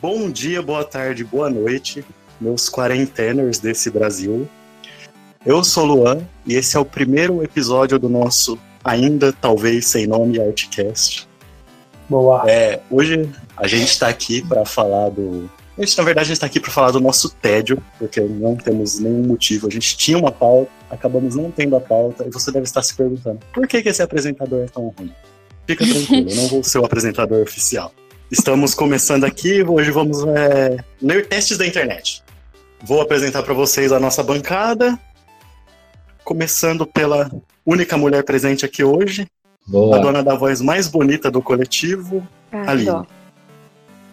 Bom dia, boa tarde, boa noite, meus quarenteners desse Brasil. Eu sou o Luan e esse é o primeiro episódio do nosso ainda talvez sem nome Artcast. Boa. É, hoje a gente está aqui para falar do. A gente, na verdade, está aqui para falar do nosso tédio, porque não temos nenhum motivo. A gente tinha uma pauta, acabamos não tendo a pauta, e você deve estar se perguntando: por que, que esse apresentador é tão ruim? Fica tranquilo, eu não vou ser o apresentador oficial. Estamos começando aqui, hoje vamos é, ler testes da internet. Vou apresentar para vocês a nossa bancada, começando pela única mulher presente aqui hoje, a Boa. dona da voz mais bonita do coletivo, Ah, Aline. dó.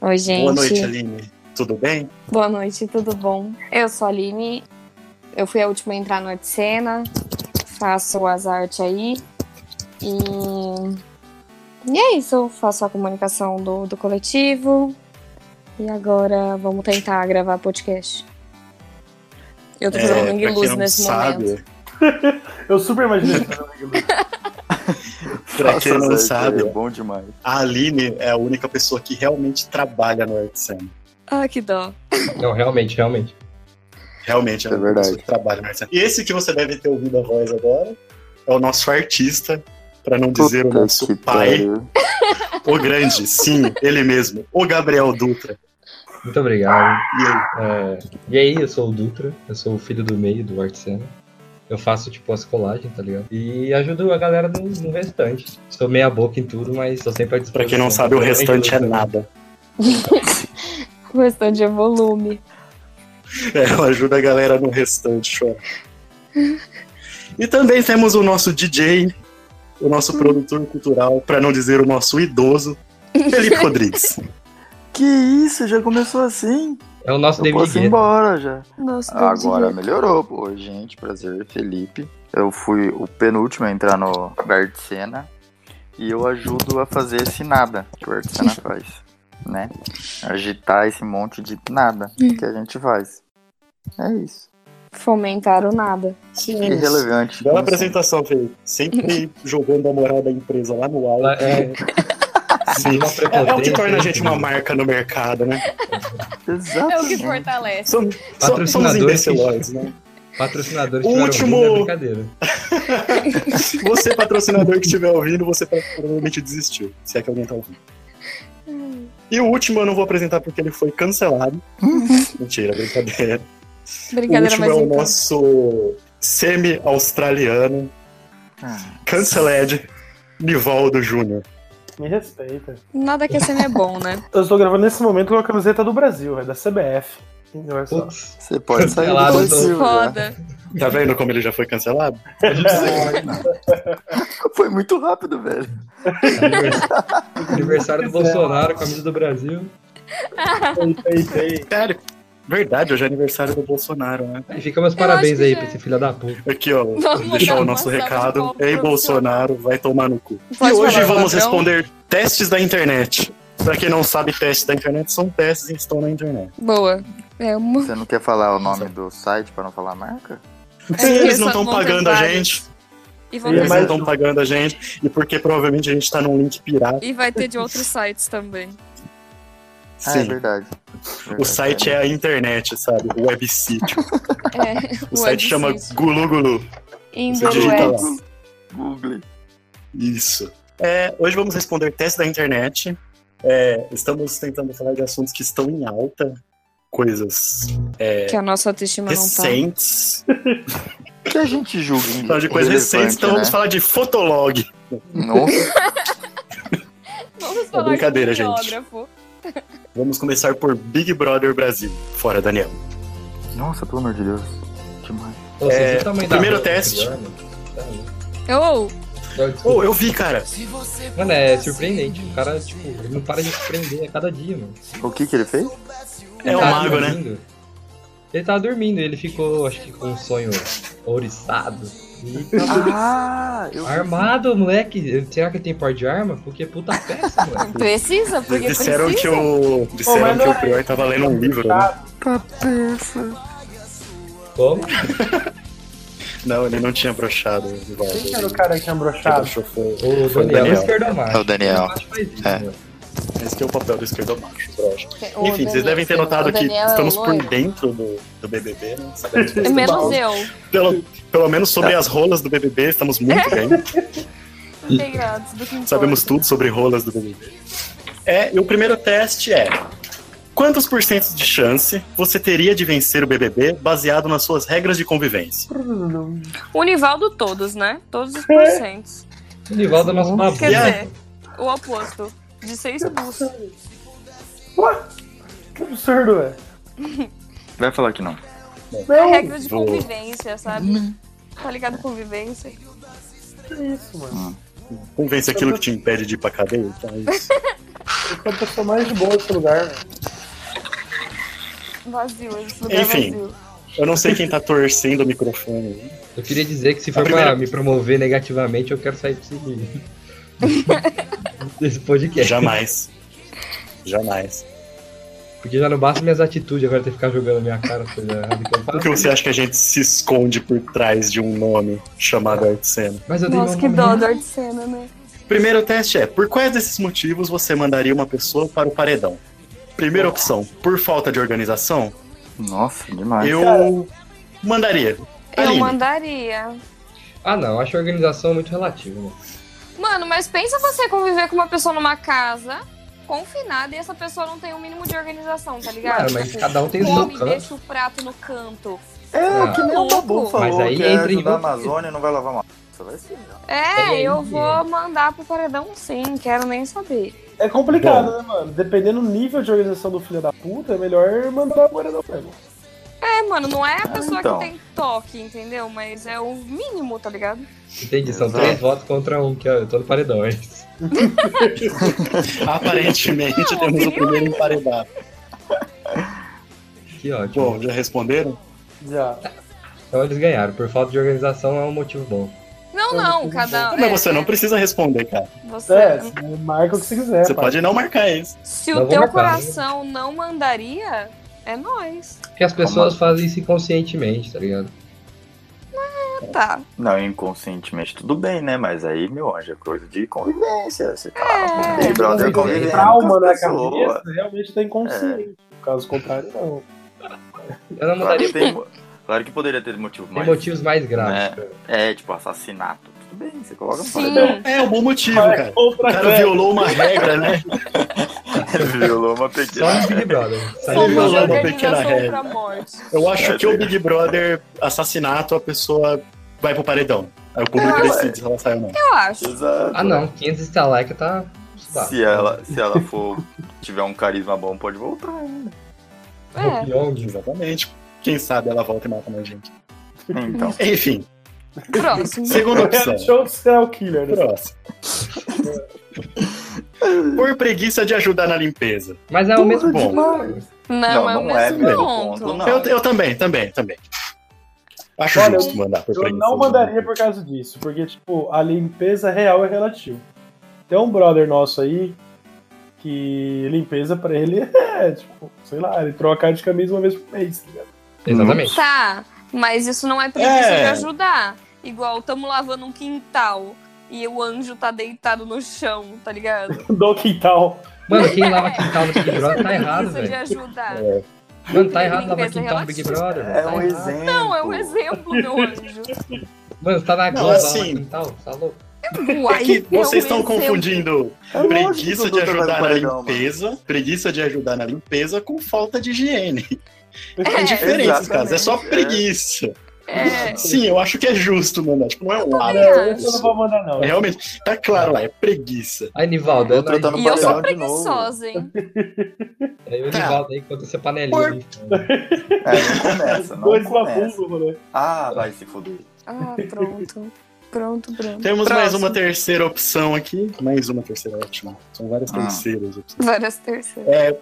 Oi, gente. Boa noite, Aline. Tudo bem? Boa noite, tudo bom? Eu sou a Aline. Eu fui a última a entrar no Arte Cena. Faço as artes aí. E... e é isso. eu Faço a comunicação do, do coletivo. E agora vamos tentar gravar podcast. Eu tô fazendo um É, pra quem luz não nesse sabe, momento. Eu super imaginei esse cara, amigo. pra quem não Nossa, sabe, É bom demais. a Aline é a única pessoa que realmente trabalha no Art Center. Ah, que dó. Não, realmente, realmente. Realmente, É a única verdade. pessoa que trabalha no Art Center. E esse que você deve ter ouvido a voz agora é o nosso artista, pra não dizer o Puta nosso que pai, pariu. o grande, sim, ele mesmo, o Gabriel Dutra. Muito obrigado. E aí? É, E aí, eu sou o Dutra, eu sou o filho do meio do Artsena. Eu faço, tipo, as colagens, tá ligado? E ajudo a galera no, no restante. Estou meia boca em tudo, mas estou sempre à disposição. Pra quem não sabe, o Também restante é ajudo, né? nada. O restante é volume. É, ajuda a galera no restante, chora. E também temos o nosso DJ, o Hum. nosso produtor cultural, pra não dizer o nosso idoso, Felipe Rodrigues. Que isso, já começou assim? É o nosso Eu David posso ir Guetta. embora já. Nossa, Ah, Agora melhorou, pô. Oi, Gente, prazer, Felipe. Eu fui o penúltimo a entrar no Artcena e eu ajudo a fazer esse nada que o Artcena faz, né? Agitar esse monte de nada que a gente faz. É isso. Fomentaram nada. Irrelevante. Bela como sempre. apresentação, Felipe. Sempre jogando a moral da empresa lá no alto. Ela é... Sim. É, é Uma o que prepotência, torna a gente uma né? marca no mercado, né? Exatamente. É fortalece. Somos, so- somos Patrocinadores que- imbecilóides, né? Patrocinadores O tiveram último- ruim da brincadeira. Você, patrocinador que estiver ouvindo, você provavelmente desistiu. Se é que alguém tá ouvindo. E o último eu não vou apresentar porque ele foi cancelado. Mentira, brincadeira. o Brincadeira, último mas é o então. nosso semi-australiano, Ah, canceled, Nivaldo Júnior. Me respeita. Nada que esse não é bom, né? Eu estou gravando nesse momento com a camiseta do Brasil, é da CBF. Olha É só. Putz, Você É pode sair do né? Cancelado, coletivo, já. Foda. Tá vendo como ele já foi cancelado? Foi muito rápido, velho. aniversário, aniversário do Bolsonaro, camisa do Brasil. Respeitei. Sério. Verdade, hoje é aniversário do Bolsonaro, né? E fica meus Eu parabéns acho que aí já pra é. esse filho da puta. Aqui, ó, Vamos deixar dar o uma nosso salva de recado. palmas pro Ei, Bolsonaro, vai tomar no cu. E hoje falar, vamos padrão? responder testes da internet. Pra quem não sabe, testes da internet são testes que estão na internet. Boa. É uma... Você não quer falar o nome do site pra não falar a marca? Ah, que Eles não só estão vão ter pagando a vários. gente, E, vão E é eles não ter- mais estão um. pagando a gente, e porque provavelmente a gente tá num link pirata. e vai ter de outros sites também. Ah, é Sim, verdade. o site é a internet, sabe? O website. É, O site chama Gulu Gulu. Indo Você digita lá. Google. Isso. É, hoje vamos responder testes da internet. É, estamos tentando falar de assuntos que estão em alta, coisas É. Que a nossa autoestima não tá. recentes. que a gente julga em Falar de coisas recentes, então né? vamos falar de Fotolog. Nossa, Vamos falar de É brincadeira, gente. Vamos começar por Big Brother Brasil. Fora, Daniel. nossa, pelo amor de Deus. Demais. Pô, vocês É, viram o tamanho da primeiro roda, teste. tá ligado? Tá ligado? Ou, Então, desculpa. Oh, eu vi, cara. Mano, é surpreendente. O cara, tipo, ele não para de surpreender a cada dia, mano. O que que ele fez? É o Tá. tava mago, né? dormindo. Ele tava dormindo, ele ficou, acho que com um sonho ouriçado. E tava Ah, eu... armado, moleque. Será que ele tem porte de arma? Porque é puta peça, moleque. precisa, porque Disseram precisa. que o. Pô, Disseram é mas que não é o Prior tava lendo um livro. Né? Como? Não, ele não tinha né? brochado. Nivaldo. Quem que era o cara que tinha Quem brochado? broxou foi- O Foi o Daniel é Daniel. esquerdo É o Daniel. Faz isso, né? É. mano. Esse que é o papel do esquerdo macho, broxa. O Enfim, vocês Daniel- devem ter notado o que Daniel é estamos por loiro. dentro do, do BBB, né? Sacanagem. Menos eu. Pelo, pelo menos Tá. sobre as rolas do BBB, estamos muito bem. Integrados do que importa. Sabemos tudo sobre rolas do BBB. É, e o primeiro teste é: quantos por cento de chance você teria de vencer o BBB baseado nas suas regras de convivência? O Nivaldo todos, né? Todos É. os porcentos. O Nivaldo é nosso babu. Quer Yeah. dizer, o oposto. De ser expulso. Que absurdo, velho. Vai falar que não. É regra de Boa. convivência, sabe? Tá ligado convivência? Que isso, mano. Convence aquilo que te impede de ir pra cadeia? Então é isso. Eu sou a pessoa mais de boa desse lugar, velho. Vazio, esse lugar Enfim. vazio. Eu não sei quem tá torcendo o microfone. aí. Eu queria dizer que se for A primeira- pra me promover negativamente, eu quero sair desse, desse podcast. Jamais. Jamais. Porque já não basta minhas atitudes, agora ter que ficar jogando minha cara coisa errada que eu Por que faço. você acha que a gente se esconde por trás de um nome chamado Arte Cena? é Mas eu dei Nossa, meu que nome dó, errado. dor de cena, né? Primeiro teste é: por quais desses motivos você mandaria uma pessoa para o paredão? Primeira opção, por falta de organização, Nossa, demais. eu mandaria. Tá Aline. Eu mandaria. Ah não, acho a organização muito relativa, né? Mano, mas pensa você conviver com uma pessoa numa casa confinada e essa pessoa não tem o mínimo de organização, tá ligado? Cara, mas cada um tem o seu Come, canto. deixa o prato no canto. Ah. É, que nem um o Babu falou, Mas aí que é entra em ajudar a a outro- Amazônia Amazônia não vai lavar uma. Vai ser. É, É, eu é. vou mandar pro paredão sim, quero nem saber. É complicado, né, mano? Dependendo do nível de organização do filho da puta, é melhor mandar agora não, velho. É, mano, não é a pessoa então. que tem toque, entendeu? Mas é o mínimo, tá ligado? Entendi, são Exato. três votos contra um, que ó, eu tô no paredão, é isso. Aparentemente Não, temos o opiniões. primeiro emparedado. Que ótimo. Bom, já responderam? Já. Então eles ganharam, por falta de organização é um motivo bom. Não, Eu não, não cada. Mas você é, não precisa responder, cara. Você, É, você marca o que você quiser. Você pai. pode não marcar isso. se Não o vou teu marcar, né? coração não mandaria, é nós. Porque as pessoas fazem isso inconscientemente, tá ligado? Tá. Não, inconscientemente tudo bem, né? Mas aí, meu anjo, é coisa de convivência. Você É, tá Big Brother Tem convivendo. trauma com na as pessoas. cabeça, realmente tá inconsciente. Caso contrário, Eu não. não Claro mudaria. que, tem mo- claro que poderia ter motivo, Tem mas. motivos mais graves. cara. É, tipo, assassinato. Tudo bem, você coloca no paredão. Sim. É um bom motivo, cara. O É. cara violou uma regra, né? Violou uma Só no pequena. Big Brother. Sai Só no do Big Fomos de violou Brother. uma pequena organização regra. pra morte. Eu acho É, que o sim. Big Brother assassinato, a pessoa vai pro paredão. Aí o público Ah, decide se ela sai ou não. Eu acho. Exato. Ah não, 500 Starlike tá... tá. Se ela, se ela for tiver um carisma bom, pode voltar ainda. É. Pyong. Exatamente. Quem sabe ela volta e mata mais gente. Então, Enfim, Próximo. segunda opção. É, show de serial killer. Né? Próximo. Por preguiça de ajudar na limpeza. Mas é o mesmo Bom. ponto. Não, é o mesmo pelo ponto. ponto, não. Eu, eu também, também, também. Acho Olha, justo mandar por Eu preguiça. não mandaria por causa disso, porque, tipo, a limpeza real é relativa. Tem um brother nosso aí que limpeza pra ele é, tipo, sei lá, ele troca de camisa uma vez por mês, tá ligado? Exatamente. Tá, mas isso não é preguiça É. de ajudar. Igual tamo lavando um quintal e o anjo tá deitado no chão, tá ligado? Do quintal. Mano, quem lava quintal no Big Brother tá errado, Preguiça de velho. ajudar. Mano, tá errado lavar Limpeza quintal no Big relativa. Brother. velho, É tá um errado. exemplo. Não, é um exemplo, meu anjo. Mano, tá Não, na Globo lá no assim- quintal, tá louco? É Uai, que é um vocês estão exemplo. confundindo É lógico preguiça que o de Dudu vai ajudar pro na paredão, mano. limpeza, preguiça de ajudar na limpeza com falta de higiene. É, É, diferente esses casos, é só exatamente, é. preguiça. É. Sim, eu acho que é justo mandar. Tipo, não é um lado. também é Eu não outro. vou mandar, não. É realmente, tá claro lá, é preguiça. Aí, Nivaldo, é Outra tá no E eu sou paredão de novo. preguiçosa, hein? É o Tá. Nivaldo aí quando você panelinha. Por- ali. É, não começa, não Dois começa. labulos, mano. Ah, vai se fuder. Ah, pronto. Pronto, pronto. Temos mais Próximo. uma terceira opção aqui. Mais uma terceira, ótima. São várias Ah. terceiras opções. Várias terceiras. É,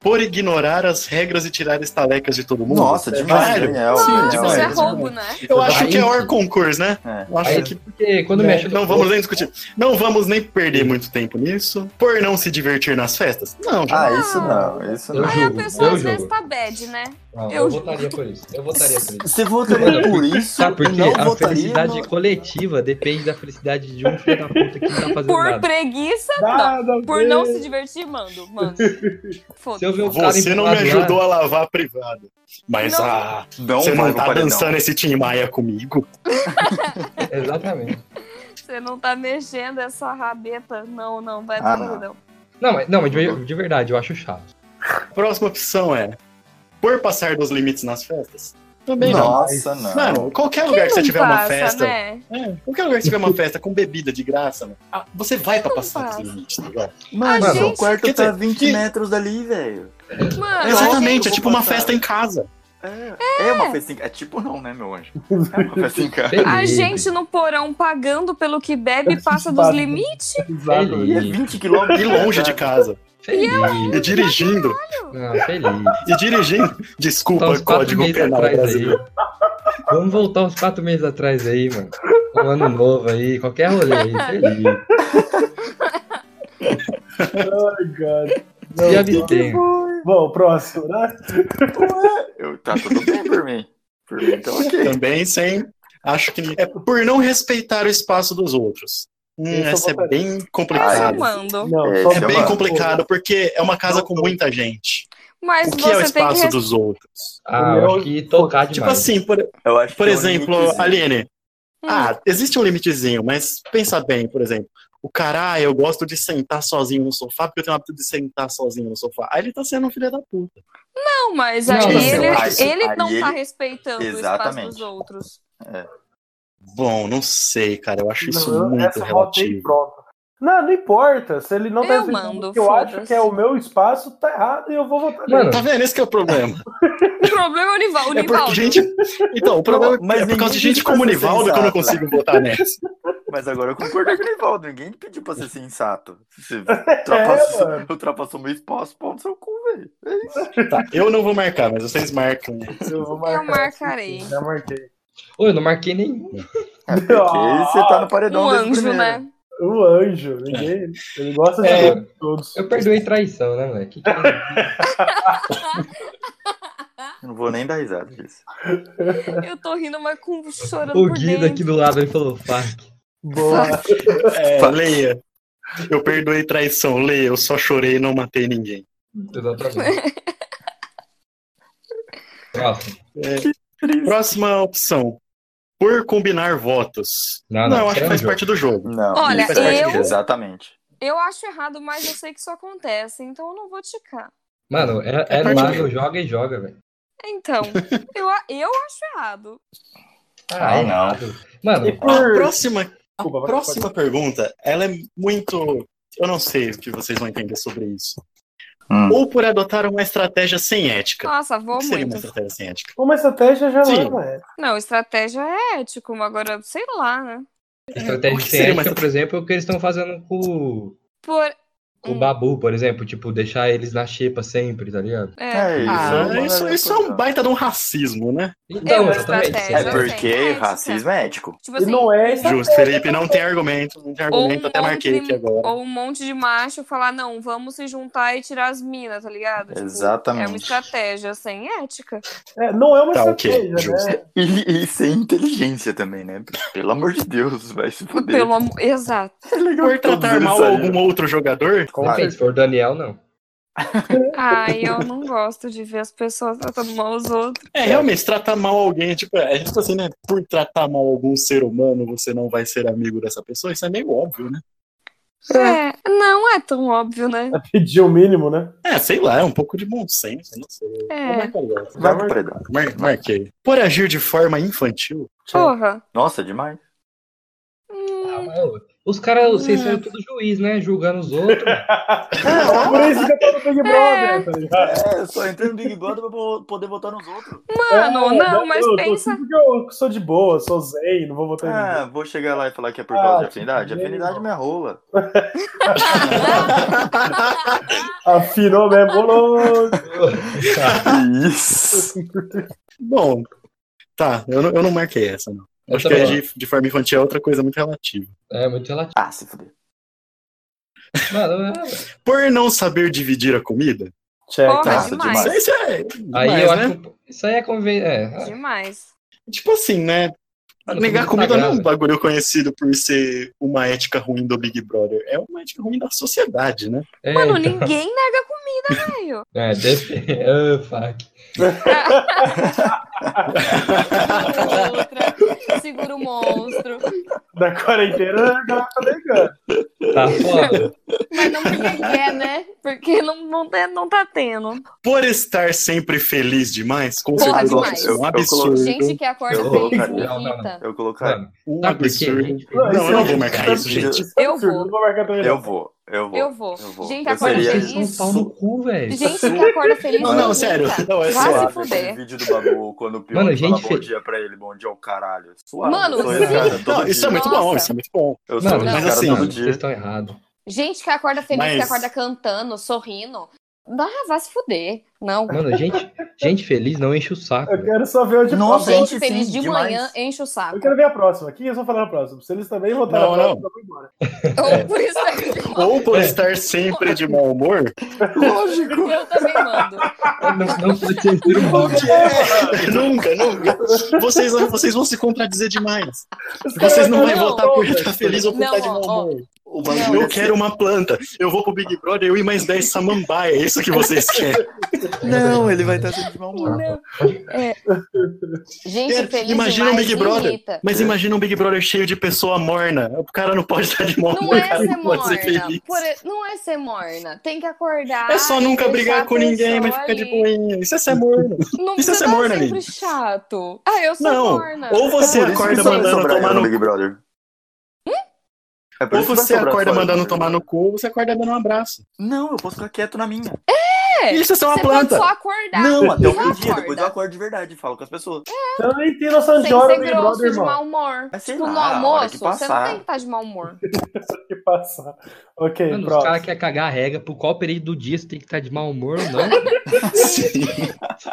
por ignorar as regras e tirar estalecas de todo mundo. Nossa, demais, Sério? Daniel. Sim, Não, Daniel, tipo, demais. isso é é. roubo, né? Eu acho que é Aí- or concurso, né? É. Eu acho Aí- que né, Porque quando Não, mexe... não vamos nem discutir. Não vamos nem perder muito tempo nisso. Por não se divertir nas festas. Não, já Ah, isso não, isso Eu não. Aí a julgo, pessoa eu às vezes julgo. tá bad, né? eu Não, eu julgo. votaria por isso. Eu votaria por isso. Você votaria por isso? Sabe por Eu quê? não A votaria felicidade no- coletiva depende da felicidade de um filho da puta que não tá fazendo Por nada. preguiça, não. Nada a Por ver. não se divertir, mando. Mando. Se Foda-se. eu ver um cara Você não me empurrado lá- ajudou a lavar a privada. Mas Não. ah, Não você vai não pro tá paredão. dançando esse Tim Maia comigo? Exatamente. Você não tá mexendo essa rabeta. Não, não, vai pro Ah, não. paredão. Não, mas, não, mas de, de verdade, eu acho chato. Próxima opção é: por passar dos limites nas festas? Também não. Nossa, não. Mano, qualquer Quem lugar que você não tiver passa, uma festa. né? É, qualquer lugar que você tiver uma festa com bebida de graça, mano, ah, você vai pra Não passar passa. dos limites, tá ligado? Mano, Ah, seu gente, quer quarto dizer, tá 20 que- metros dali, velho. Mano, Exatamente, eu é tipo vou uma passar. festa em casa. É. é uma festa em casa. É tipo não, né, meu anjo? É uma festa em casa. a Felipe. gente no porão pagando pelo que bebe passa dos Passa. limites. Exato. E é 20 quilômetros. E longe de casa. E Felipe. dirigindo. Não, Felipe. E dirigindo. Voltar Desculpa, Tá Então, uns quatro código meses penal atrás brasileiro. aí. Vamos voltar uns quatro meses atrás aí, mano. Um ano novo aí, qualquer rolê aí, Felipe. Ai, cara. Não, Se abstenha. Bom, próximo, né? Eu, tá tudo bem por mim. Por mim, então ok. Também sem. Acho que. É por não respeitar o espaço dos outros. Hum, Esse eu essa é votaria. bem Essa Ah, eu complicada. mando. Não, É, só É esse eu bem mando. complicado, porque é uma casa Não, com não. muita gente. Mas O que você é o tem que espaço res- dos outros? Ah, eu acho que tocar demais. Tipo assim, por, Eu acho por que é um exemplo, limitezinho. Aline, Hum. ah, existe um limitezinho, mas pensa bem, por exemplo. O cara, ah, eu gosto de sentar sozinho no sofá, porque eu tenho o hábito de sentar sozinho no sofá. Aí ele tá sendo um filho da puta. Não, mas Não, aí não, ele, não. Aí- ele não aí tá ele- respeitando o espaço Exatamente. dos outros. Bom, não sei, cara. Eu acho isso Não, muito essa eu botei relativo. pronto. Não, não importa. Se ele não Eu tá respeitando mando, o que eu foda-se. acho que é o meu espaço, tá errado e eu vou votar Mano, Tá vendo? Esse que é o problema. O problema é o Nival. O É Nivaldo. porque gente. Então, o problema Não, mas é por causa de ninguém gente diz como o pra ser Nivaldo que eu não sensato. consigo botar nessa. Mas agora eu concordo com o Nivaldo. Ninguém pediu pra ser sensato. Você É, ultrapassou, mano. ultrapassou meu espaço, pau no seu cu, velho. Tá, eu não vou marcar, mas vocês marcam. nele. Eu vou Eu marcar. marcarei. Já marquei. Ô, eu não marquei nenhum. É porque você tá no paredão Um desde o anjo, primeiro. né? O anjo. Ninguém. Ele gosta de É. todos. Eu perdoei traição, né, moleque? Eu Não vou nem dar risada disso. Eu tô rindo, mas com chorando O por Guido dentro. aqui do lado, ele falou, fuck. Boa. É, leia. Eu perdoei traição, leia. Eu só chorei e não matei ninguém. Exatamente. Próximo. Próxima opção. Por combinar votos. Não, Ah, Não, não, eu acho isso que é faz um parte do jogo. Não, Olha, isso é eu- Exatamente. Eu acho errado, mas eu sei que isso acontece, então eu não vou ticar. Mano, é, É é parte lá, do eu joga e joga, velho. Então, eu, a- eu acho errado. Ah, não. errado. Mano, E A por... próxima, a Desculpa, vai- próxima pergunta, ela é muito. Eu não sei o que vocês vão entender sobre isso. Hum. Ou por adotar uma estratégia sem ética. Nossa, O vou que seria uma muito. estratégia sem ética? Uma estratégia já Sim. é, mano. Não, estratégia é ético, mas agora, sei lá, né? o estratégia que seria científica, uma por exemplo, é o que eles estão fazendo com o- Por. com Hum. o Babu, por exemplo. Tipo, deixar eles na xepa sempre, tá ligado? É. isso. Ah, mano, isso, isso é um baita de um racismo, né? É Então, uma exatamente. estratégia. É sério. porque É ética. racismo é ético. Tipo E assim, não é Justo, Felipe, não tem argumento, não tem ou argumento, um até marquei monte aqui de- agora. ou um monte de macho falar, não, vamos se juntar e tirar as minas, tá ligado? Tipo, É uma Exatamente. estratégia sem ética. É, não é uma Tá, ok, estratégia, justo. né? E, e sem inteligência também, né? Pelo amor de Deus, vai se foder. Pelo amor. Exato. É legal Por que todos tratar eles mal saíram. algum outro jogador, Depende, se for o Daniel, não. Ai, eu não gosto de ver as pessoas tratando mal os outros. é realmente tratar mal alguém, tipo, é tipo assim, né? Por tratar mal algum ser humano, você não vai ser amigo dessa pessoa, isso é meio óbvio, né? É, não é tão óbvio, né? A pedir o mínimo, né? É, sei lá, é um pouco de bom senso, não sei. Eu É. marcaria essa. Vai pro paredão. Mar- marquei. Por agir de forma infantil, Porra. Nossa, demais. Hum, Ah, mas eu- Os caras, vocês são tudo juiz, né? Julgando os outros. Por isso que eu tô no Big Brother, tá Ah. ligado? É, eu só entrei no Big Brother pra po- poder votar nos outros. Mano, É, não, mas eu tô pensa. assim porque eu sou de boa, sou zen, não vou votar em ninguém. Ah, vou chegar lá e falar que é por Ah, causa de tipo, afinidade. Afinidade me rola. Afinou mesmo, bolou. Isso. Bom, tá, eu não, eu não marquei essa, não. Eu Acho que também é de, de forma infantil é outra coisa muito relativa. É muito relativo. Ah, se fuder. Mano, é- Por não saber dividir a comida? Check. Porra, Nossa, demais. Isso aí, isso é aí demais, eu né? acho que isso aí é conveniente. É, Demais. Tipo assim, né? Mano, Negar comida comida não é um sagrada. bagulho conhecido por ser uma ética ruim do Big Brother. É uma ética ruim da sociedade, né? é, Mano, então- ninguém nega comida, velho. É, def... Ah, fuck. Outra, né? segura o monstro. Da quarentena, a galera tá negando. Tá é um foda. Mas não porque quer, né? Porque não, não, tá- não tá tendo. Por estar sempre feliz demais, com Porra, certeza demais. isso é Eu- um eu absurdo. Gente que acorda Eu feliz colocaria- me Não, não, irrita. Eu colocar. Mano, Um sabe por quê? absurdo. Gente, Não, eu não vou marcar marcar isso, gente. Eu vou. é um Não vou marcar Ah. também, Eu não. vou, eu vou. Eu vou. Eu vou. Gente que Eu acorda seria- Vocês feliz. são pau no cu, velho. Gente que acorda feliz Não, me não, irrita. sério. Não, é suave, Vá se Suave, aquele fuder. vídeo do Babu quando o Pior Mano, Mano, gente bom fe- dia pra ele, bom dia ao caralho. Suave, Mano, eu sou esse sim. cara todo Não, isso é dia. muito bom, Nossa. isso é muito bom. Eu sou Mano, esse mas cara assim, todo vocês dia. estão errados. Gente que acorda feliz, que Mas- acorda cantando, sorrindo. Ah, vá se fuder. Não. Mano, gente, gente feliz não enche o saco. Eu velho. quero só ver o de Nossa, próxima. gente gente, feliz sim, de demais. manhã enche o saco. Eu quero ver a próxima. Quem eu só falar a próxima? Se eles também votaram Não, a próxima, eu vou embora. Ou por isso aí. Ou por É. estar sempre de mau humor, Lógico. Eu também mando. Não, não pode ser ser humano. nunca, nunca. Vocês, vocês vão se contradizer demais. Os caras Vocês não vão vão Não, votar por Tá estar feliz ou por Não, estar de mau ó, humor. Não. O bagulho é assim. Eu quero uma planta. Eu vou pro Big Brother, eu e mais 10 samambaia. É isso que vocês querem. Não, ele vai estar sempre de mau humor. Não. É. Gente Cara, feliz imagina o demais Big me Brother. irrita. Mas imagina um Big Brother cheio de pessoa morna. O cara não pode estar de mau Não humor, o é cara ser não pode ser morna. feliz. Por- Não é ser morna. Tem que acordar. É só e nunca deixar brigar a com ninguém, mas pessoa ficar de ali. boinha. Isso é ser morno. Não Isso é precisa ser ser morna, sempre Aline. chato. Ah, eu sou Não. morna. Ou você Por isso que acorda só vai mandando sobrar tomar no no Big Brother. Hum? É por Ou isso que vai você sobrar acorda fora do mandando Big tomar no Brother. cu, ou você acorda dando um abraço. Não, eu posso ficar quieto na minha. É, Isso é ser uma Você pode planta. só acordar. Não, até o Só meio-dia. acorda. É, Depois eu acordo de verdade e falo com as pessoas. Você não nem tem noção Sem de hora ser do Big grosso, Brother, de irmão. mau humor. Mas sei Tipo, lá, no a Ah, hora almoço, que você não passar. tem que estar de mau humor. Que passar. Ok, Mano, os caras próximo. querem cagar a regra. Por qual período do dia você tem que estar de mau humor ou não?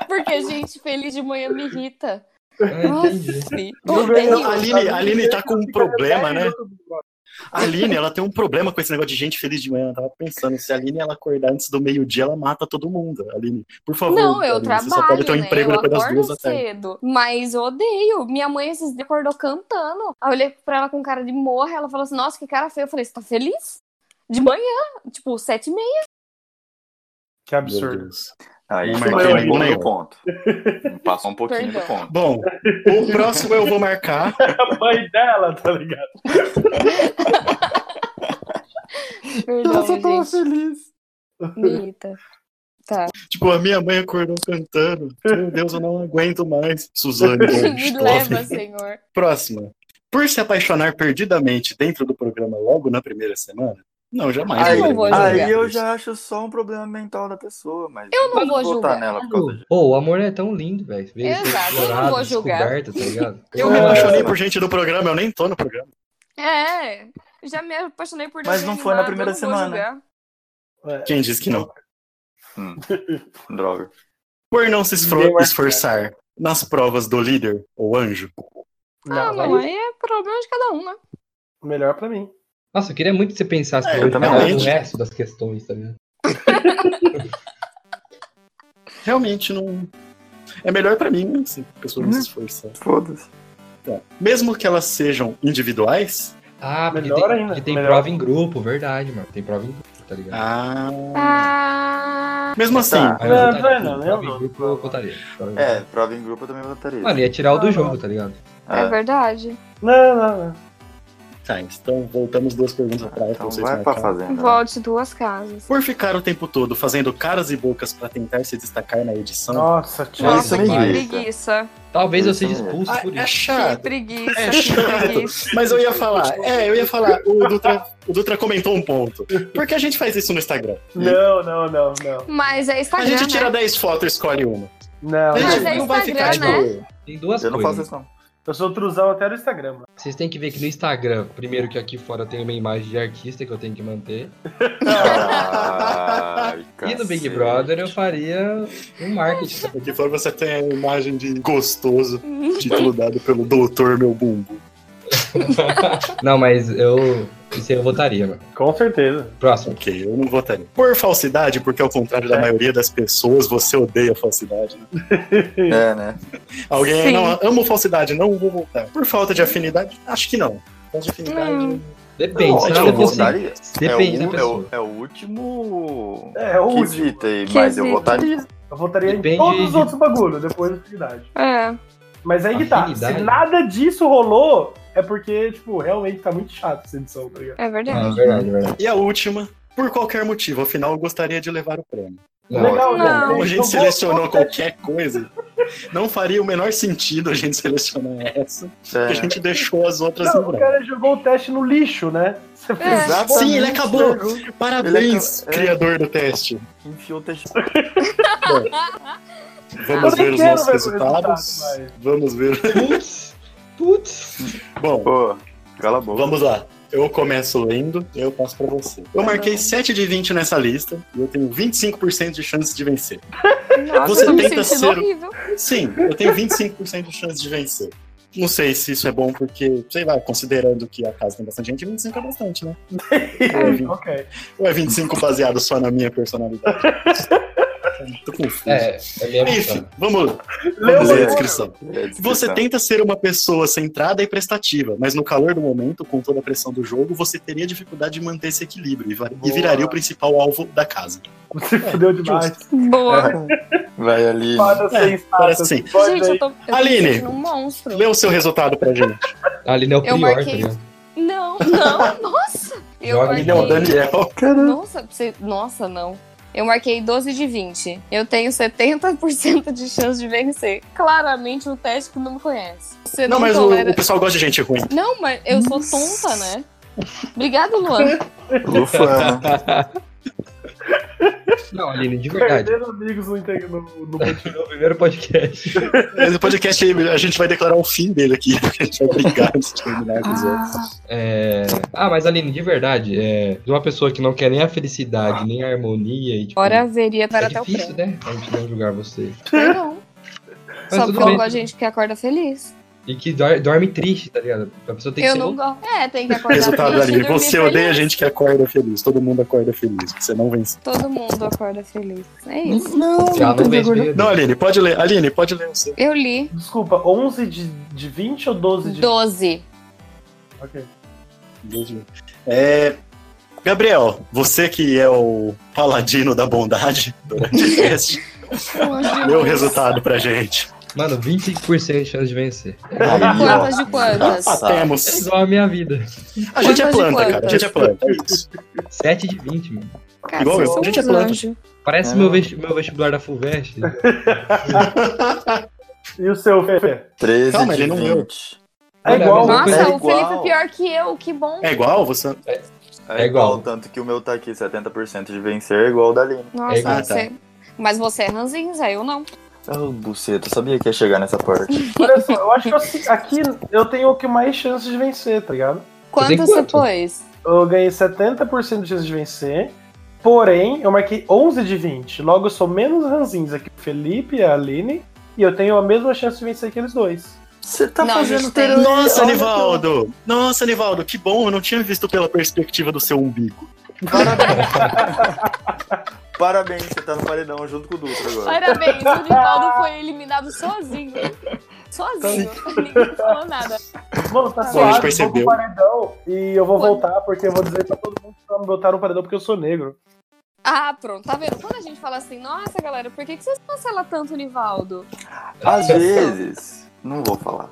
Porque, gente, feliz de manhã me irrita. É, entendi. Nossa, sim. Não, Ô, terrível. não, ali- É Aline- Aline tá com um Fica dez problema, né? minutos do Big Brother. A Aline, ela tem um problema com esse negócio de gente feliz de manhã. Eu tava pensando, se a Aline ela acordar antes do meio-dia, ela mata todo mundo. Aline, por favor. Não, eu Aline, trabalho, Você só pode ter um né? emprego eu depois das acordo duas da tarde. cedo, mas eu odeio. Minha mãe esses dias acordou cantando. Aí eu olhei pra ela com cara de morra, ela falou assim, nossa, que cara feio. Eu falei, você tá feliz? De manhã, tipo, sete e meia. Que Meu absurdo. Deus. Aí Não você marquei passou um nenhum, pouquinho não. do ponto. Passou um pouquinho do Perdão. ponto. Bom, o próximo eu vou marcar. A mãe dela, tá ligado? Perdão, assim. gente, feliz. me irrita. Tipo, a minha mãe acordou cantando. Meu Deus, eu não aguento mais. Suzane, Me Gomes, leva, senhor. Próxima. Por se apaixonar perdidamente dentro do programa logo na primeira semana? Não, jamais. Aí- Eu não vou Aí julgar. eu já acho só um problema mental da pessoa, mas Eu não vou votar julgar. nela por causa disso. Pô, o amor é tão lindo, velho. Ver Exato, isso eu não explorado, vou julgar. descoberto, tá ligado? Eu Ah. me apaixonei por gente do programa, eu nem tô no programa. É, já me apaixonei por Mas desenho não foi na animado, primeira eu não vou semana. julgar. É. Quem disse que não? Droga. Por não se esfor- é. Ninguém vai- esforçar nas provas do líder ou anjo? Ah, Não, não, aí, aí é problema de cada um, né? melhor pra mim. Nossa, eu queria muito que você pensasse É, é, eu também no acho. resto das questões, tá ligado? Realmente não. É melhor pra mim se a pessoa não se esforçar. Foda-se. Mesmo que elas sejam individuais. Ah, porque Melhor tem, ainda, porque tem melhor. prova em grupo, verdade, mano. Tem prova em grupo, tá ligado? Ah. Ah, Mesmo assim, Tá. Aí eu Não, votaria, não, sim, não, prova não. em grupo eu votaria. Prova em É, prova em grupo eu também votaria. é Ah. grupo. Mano, ia tirar o do jogo, tá ligado? é É. verdade. Não, não, não. Tá, então voltamos duas perguntas pra Então vocês tá vai pra marcarem. fazenda. Volte duas casas. Por ficar o tempo todo fazendo caras e bocas pra tentar se destacar na edição, Nossa, tio. é Nossa, Nossa, que que preguiça. Talvez eu Isso seja mesmo. expulso Ah, por é isso. Que chato. preguiça, É que chato. preguiça. Mas eu ia falar, é, eu ia falar, o Dutra, o Dutra comentou um ponto. Por que a gente faz isso no Instagram? Não, não, não, não. Mas é A Instagram, gente tira né? 10 fotos e escolhe uma. Não, A Mas gente é não. não vai ficar, Instagram, tipo. Tem duas Eu não coisas. faço isso, não. Eu sou truzão até no Instagram, mano. Vocês têm que ver que no Instagram, primeiro que aqui fora tem uma imagem de artista que eu tenho que manter. Ai, e no Big cacete. Brother eu faria um marketing. Aqui fora você tem a imagem de gostoso, título dado pelo doutor meu bumbo. não, mas eu. Isso aí eu votaria, mano. Com certeza. Próximo. Ok, eu não votaria. Por falsidade, porque ao contrário da É. maioria das pessoas, você odeia falsidade. né? É, né? Alguém aí, Sim. não, amo falsidade, não vou voltar. Por falta de afinidade, acho que não. Falta De afinidade. Hum. Depende, Não, será acho que eu que consigo? votaria. Depende é, da o, é, pessoa. o, é o último É, o último. quesito aí, mas eu Quesito. votaria. Eu votaria Depende em todos os de- outros bagulhos, depois da afinidade. É. Mas aí que tá. Se Afinidade? nada disso rolou, é porque, tipo, realmente tá muito chato essa edição, tá ligado? É Ah, verdade. é verdade, é verdade. E a última, por qualquer motivo, afinal eu gostaria de levar o prêmio. Não, é. Não. Como a gente Eu selecionou vou- qualquer coisa, não faria o menor sentido a gente selecionar essa, porque a É. gente deixou as outras Não, no o branco. cara jogou o teste no lixo, né? Você fez. É. Exatamente, Sim, ele acabou. né? Parabéns, Ele é- é. criador do teste. Enfiou o texto. Vamos Eu nem ver os quero nossos ver os resultados. resultados, Vamos ver. Putz. Putz. Bom, Pô, cala a boca. vamos lá. Eu começo lendo e eu passo pra você. Eu marquei 7 de 20 nessa lista e eu tenho 25% de chance de vencer. Nossa, Você eu tô me tenta sentindo ser- horrível. Sim, eu tenho 25% de chance de vencer. Não sei se isso é bom, porque, sei lá, considerando que a casa tem bastante gente, 25 é bastante, né? Ou é, 20 Ok. ou é 25 baseado só na minha personalidade? Tô confuso. É, é minha Enfim, opção. vamos, vamos Leu Vamos ler a ler. descrição. É, Você descrição. tenta ser uma pessoa centrada e prestativa, mas no calor do momento, com toda a pressão do jogo, você teria dificuldade de manter esse equilíbrio e va- e Boa. viraria o principal alvo da casa. Você fudeu demais. Boa. Vai ali. Espada sem É, parece sensata. sim. É. pode Gente, aí. eu tô, eu tô me Aline. sentindo um monstro. Lê o seu resultado pra gente. A Aline é o pior, tá marquei- ligado? Não, não, nossa. Eu Joga marquei... Não, milhão, Dani. Daniel. Nossa, você... Nossa, não. Eu marquei 12 de 20. Eu tenho 70% de chance de vencer. Claramente um teste que não me conhece. Você Não, não, mas o, tolera. o pessoal gosta de gente ruim. Não, mas eu sou tonta, né? Obrigada, Luan. Lufana. Não, Aline, É de verdade. Perdendo amigos no inter- no- no É o primeiro podcast. Esse podcast aí, a gente vai declarar o fim dele aqui. A gente vai brigar antes de terminar o episódio. É... Ah, mas Aline, de verdade, é... de uma pessoa que não quer nem a Ah. felicidade, nem a harmonia e tipo. Agora veria para é até o difícil, prêmio. né? A gente não julgar você. Eu Não. Mas Só tudo porque eu bem. gosto de gente que acorda feliz. E que dor- dorme triste, tá ligado? A pessoa tem que eu ser não louca. gosto. É, tem que acordar Resultado feliz. e ali. dormir Você odeia feliz. gente que acorda feliz. Todo mundo acorda feliz. Você não vence. Todo mundo acorda feliz. É isso. Se ela não é- vence medo. Não, Aline, pode ler. Aline, pode ler o seu. Eu li Desculpa, 11 de, de 20 ou 12 de 12. Ok. Entendi. É, Gabriel, você que é o paladino da bondade durante o teste, dê o é resultado pra gente. Mano, 25% de chance de vencer. Aí, ó. Quantas de quantas? Ah, É temos. igual a minha vida. A gente é Quantas e planta, cara. A quantas? gente é planta. É isso. 7 de 20, mano. Cara, Igual vocês eu, são a gente é uns planta. anjos. Parece É. meu, vesti- meu vestibular da Fulvestre. E o seu, Fefe? 13 Calma, de ele não leu. 20. É Olha, igual. mas- Nossa, É o Felipe igual. é pior que eu, que bom. É igual você? É, É igual. igual, tanto que o meu tá aqui, 70% de vencer é igual o da Aline. Nossa, É igual, tá. você. Mas você é ranzinza, eu não. Ah, buceta, sabia que ia chegar nessa parte. Olha só, eu acho que assim, aqui eu tenho o que mais chances de vencer, tá ligado? Quanto tem você quanto? pôs? Eu ganhei 70% de chances de vencer, porém, eu marquei 11 de 20. Logo, eu sou menos ranzinza que o Felipe e a Aline, e eu tenho a mesma chance de vencer que eles dois. Você tá Não, fazendo gente, tem- teoria. Nossa, Olha Nivaldo! Nossa, Nivaldo, que bom, eu não tinha visto pela perspectiva do seu umbigo. que- Parabéns. Parabéns, você tá no paredão junto com o Dutra agora. Parabéns, o Nivaldo foi eliminado sozinho. Sozinho. Ninguém falou nada. Mano, tá a Bom, suave, gente eu vou percebeu. pro paredão e eu vou Quando- voltar porque eu vou dizer pra todo mundo que não me botaram no paredão porque eu sou negro. Ah, pronto. Tá vendo? Quando a gente fala assim, nossa, galera, por que, que vocês cancelam tanto o Nivaldo? Às vezes. Não vou falar.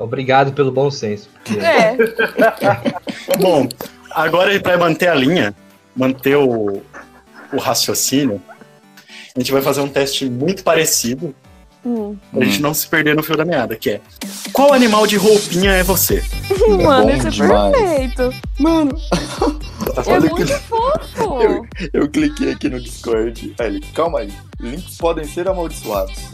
Obrigado pelo bom senso. porque É, Bom, agora para manter a linha, manter o, o raciocínio, a gente vai fazer um teste muito parecido Hum. pra gente não se perder no fio da meada, que é qual animal de roupinha é você? mano, bom isso é demais. perfeito. Mano, é Olha muito fofo. Eu, eu cliquei aqui no Discord. Aí ele, calma aí. Links podem ser amaldiçoados.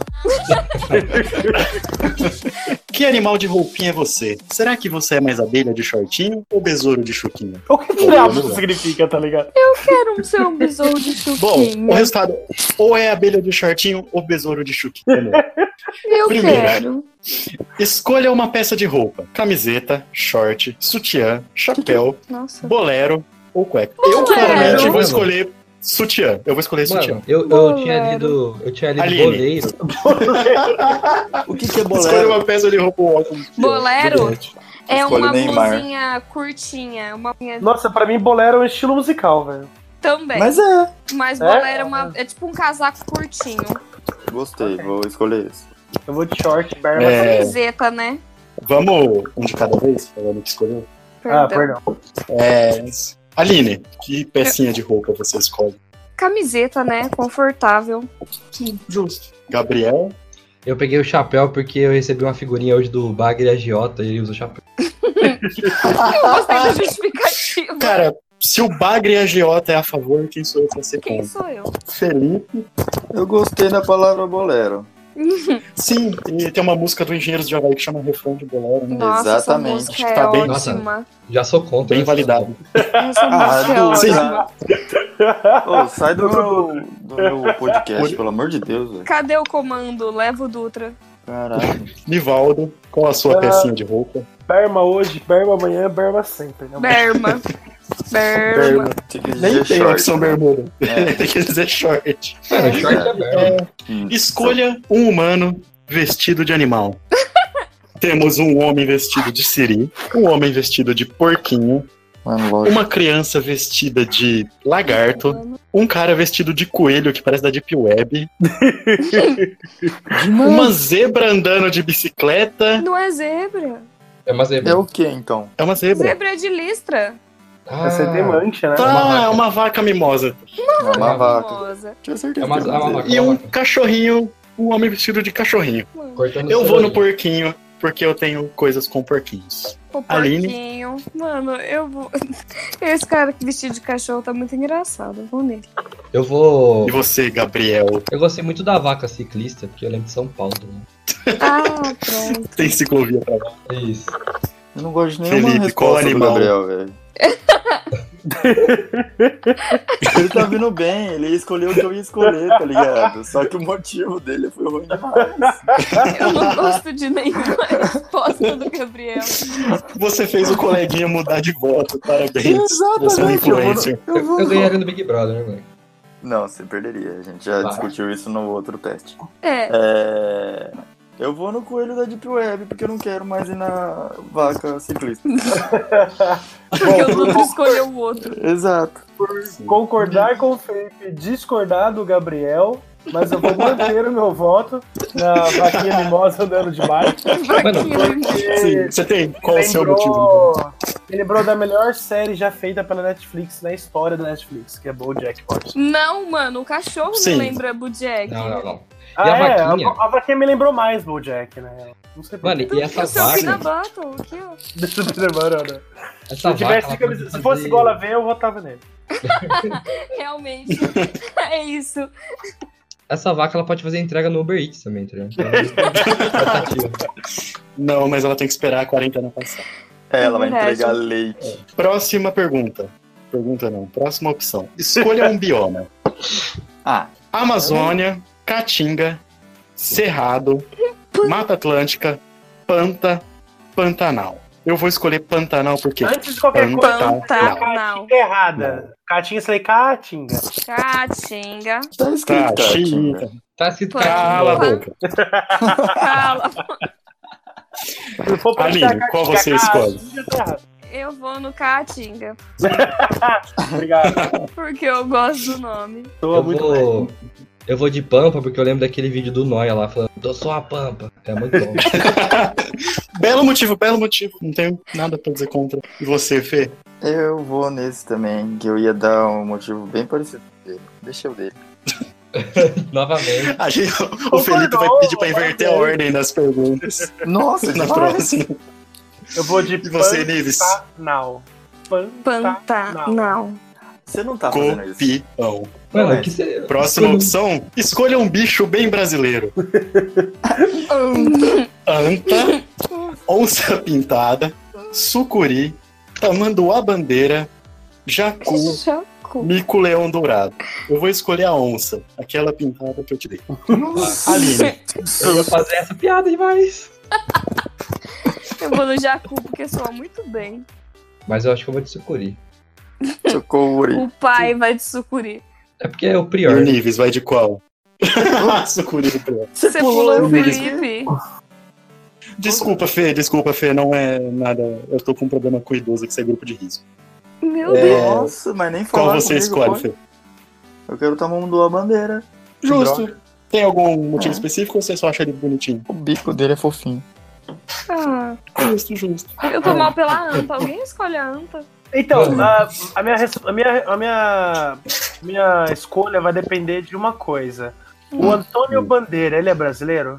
Que animal de roupinha é você? Será que você é mais abelha de shortinho ou besouro de chuquinho? O que diabo isso significa, tá ligado? Quero ser um besouro de Bom, chuquinho. o resultado ou é abelha de shortinho ou besouro de chuquinho. eu primeiro. quero. Escolha uma peça de roupa: camiseta, short, sutiã, chapéu, Nossa. bolero ou cueca. Eu claramente vou escolher sutiã. Eu vou escolher sutiã. Mano, eu, eu Bolero. tinha lido. Eu tinha lido Aline. boleiro. O que, que é Escolha uma peça de roupa ou óculos. Bolero é Escolhe uma Neymar. blusinha curtinha, uma blusinha Nossa, pra mim, bolero é um estilo musical, velho. também. Mas, Mas é. bolero é, uma, é tipo um casaco curtinho. Gostei, vou escolher esse. Eu vou de short, berma. É. Camiseta, né? Vamos um de cada vez, falando que escolheu. Ah, Perdão. perdão. É. Aline, que pecinha de roupa você escolhe? Camiseta, né? Confortável. Justo. Gabriel, Eu peguei o chapéu porque eu recebi uma figurinha hoje do Bagre Agiota e ele usa o chapéu. Eu gostei da justificativa. cara, se o Bagre agiota é a favor, quem sou eu pra ser Quem contra? sou eu? Felipe, Eu gostei da palavra bolero. sim, e tem uma música do Engenheiros de Havaí que chama Refrão de Bolero, né? Nossa, essa Exatamente. música Acho é que tá bem- ótima. Já sou contra. Bem né? validado. Essa música é Ah, sim. ótima. Ô, sai do meu, do meu podcast, pelo amor de Deus, velho. Cadê o comando? Leva o Dutra. Caralho. Nivaldo, qual a sua Ah. pecinha de roupa? Berma hoje, berma amanhã, berma sempre. Né? Berma. Berma. Tinha que Nem dizer tem short, opção né? bermuda. É. tem que dizer short. Mano, o short é berma. Hum. Escolha um humano vestido de animal. Temos um homem vestido de siri, um homem vestido de porquinho, Mano, lógico. uma criança vestida de lagarto, um cara vestido de coelho que parece da Deep Web, uma zebra andando de bicicleta. Não é zebra. É uma zebra. É o que então? É uma zebra. Zebra é de listra. Ah, Essa é demante, né? Tá, uma vaca. é uma vaca mimosa. É uma vaca. Famosa. Tinha é certeza. uma, é que uma ia dizer. vaca. E é uma um vaca. cachorrinho, um homem vestido de cachorrinho. Cortando Eu vou no cebolinha. porquinho porque eu tenho coisas com porquinhos. O Aline. porquinho. Mano, eu vou. Esse cara que vestido de cachorro tá muito engraçado. Eu vou nele. Eu vou. E você, Gabriel, Eu gostei muito da vaca ciclista, porque eu lembro de São Paulo. Né? Ah, pronto. tem ciclovia pra É isso. Eu não gosto de nenhuma Felipe, qual resposta do animal? Gabriel, velho. ele tá vindo bem, ele escolheu o que eu ia escolher, tá ligado? Só que o motivo dele foi ruim demais. Eu não gosto de nenhuma resposta do Gabriel. Você fez o coleguinha mudar de voto, parabéns. Você é um influencer. Eu vou- eu vou- Eu ganharia no Big Brother, né, velho? Não, você perderia, a gente já Vai. discutiu isso no outro teste. É. É... Eu vou no coelho da Deep Web, porque eu não quero mais ir na vaca ciclista. Porque o Dutra escolheu o outro. Exato. Uhum. Concordar com o Felipe, discordar do Gabriel, mas eu vou manter o meu voto na vaquinha mimosa andando de bike. Vaquinha. Sim, você tem. Qual é o seu motivo? lembrou, me lembrou da melhor série já feita pela Netflix na história da Netflix, que é BoJack Horseman. Não, mano, o cachorro Sim. não lembra Bojack. Não, não, não. Ah, a é, vaquinha? A, a vaquinha me lembrou mais BoJack, né? Não sei por Mano, que. e essa é O seu é Pina vaca. Bottle, aqui, ó. Deixa eu lembrar, Tá, olha. Se Essa eu vaca, tivesse de ela camisa, pode se fosse fazer- gola V, eu votava nele. Realmente. é isso. Essa vaca ela pode fazer entrega no Uber Eats também, tá ligado? Então, Não, mas ela tem que esperar a quarentena passar. É, ela vai Verdade. entregar leite. Próxima pergunta. Pergunta não, próxima opção. Escolha um bioma: Ah, Amazônia, Caatinga, Cerrado, Mata Atlântica, Panta, Pantanal. Eu vou escolher Pantanal porque. Antes de qualquer coisa, tá, Pantanal. Pantanal. Catinga errada. Catinga, eu falei, Catinga. Caatinga. tá escrito. cara, Caatinga. Tinga. tá escrito Cala a cachimbo. boca. Cala. Se for pra Aline, tirar qual Caatinga, você Caatinga, tá errado. Eu vou no Caatinga. Obrigado. Porque eu gosto do nome. Tô Eu muito vou, Eu vou de pampa porque eu lembro daquele vídeo do Noia lá falando, dou só a pampa. É muito bom. Belo motivo, belo motivo. Não tenho nada pra dizer contra. E você, Fê? Eu vou nesse também, que eu ia dar um motivo bem parecido com o dele. Deixa eu ver. Novamente. A gente, o Ô, Felipe vai Fernando, pedir pra inverter a ordem das perguntas Nossa, assim. na vai. próxima. Eu vou de E você, Nives? Pantanal. Pantanal. Você não tá fazendo isso. Copião. Mano, o que você. Próxima Quando- opção: escolha um bicho bem brasileiro. Anta, onça pintada, sucuri, tamanduá bandeira, jacu, Chaco. mico leão dourado. Eu vou escolher a onça, aquela pintada que eu te dei. Aline, Eu ia fazer essa piada demais. Eu vou no Jacu porque soa muito bem. Mas eu acho que eu vou de sucuri. Socorro. O pai vai de sucuri. É porque é o e o prior. Nives vai de qual? sucuri. primeiro. Você pulou o Felipe. Felipe. Desculpa, Fê, desculpa, Fê, não é nada. Eu tô com um problema com idoso que é grupo de risco. Meu É, Deus. Nossa, mas nem falar Qual você comigo, escolhe, pô. Fê? Eu quero tomar um do a bandeira. Que Justo. droga. Tem algum motivo É. específico ou você só acha ele bonitinho? O bico dele é fofinho. Ah, Justo, justo. eu tô mal pela Anta. Alguém escolhe a Anta? Então, Uhum. a, a minha, res- a, minha, a minha, minha escolha vai depender de uma coisa. O Hum. Antônio Bandeira, ele é brasileiro?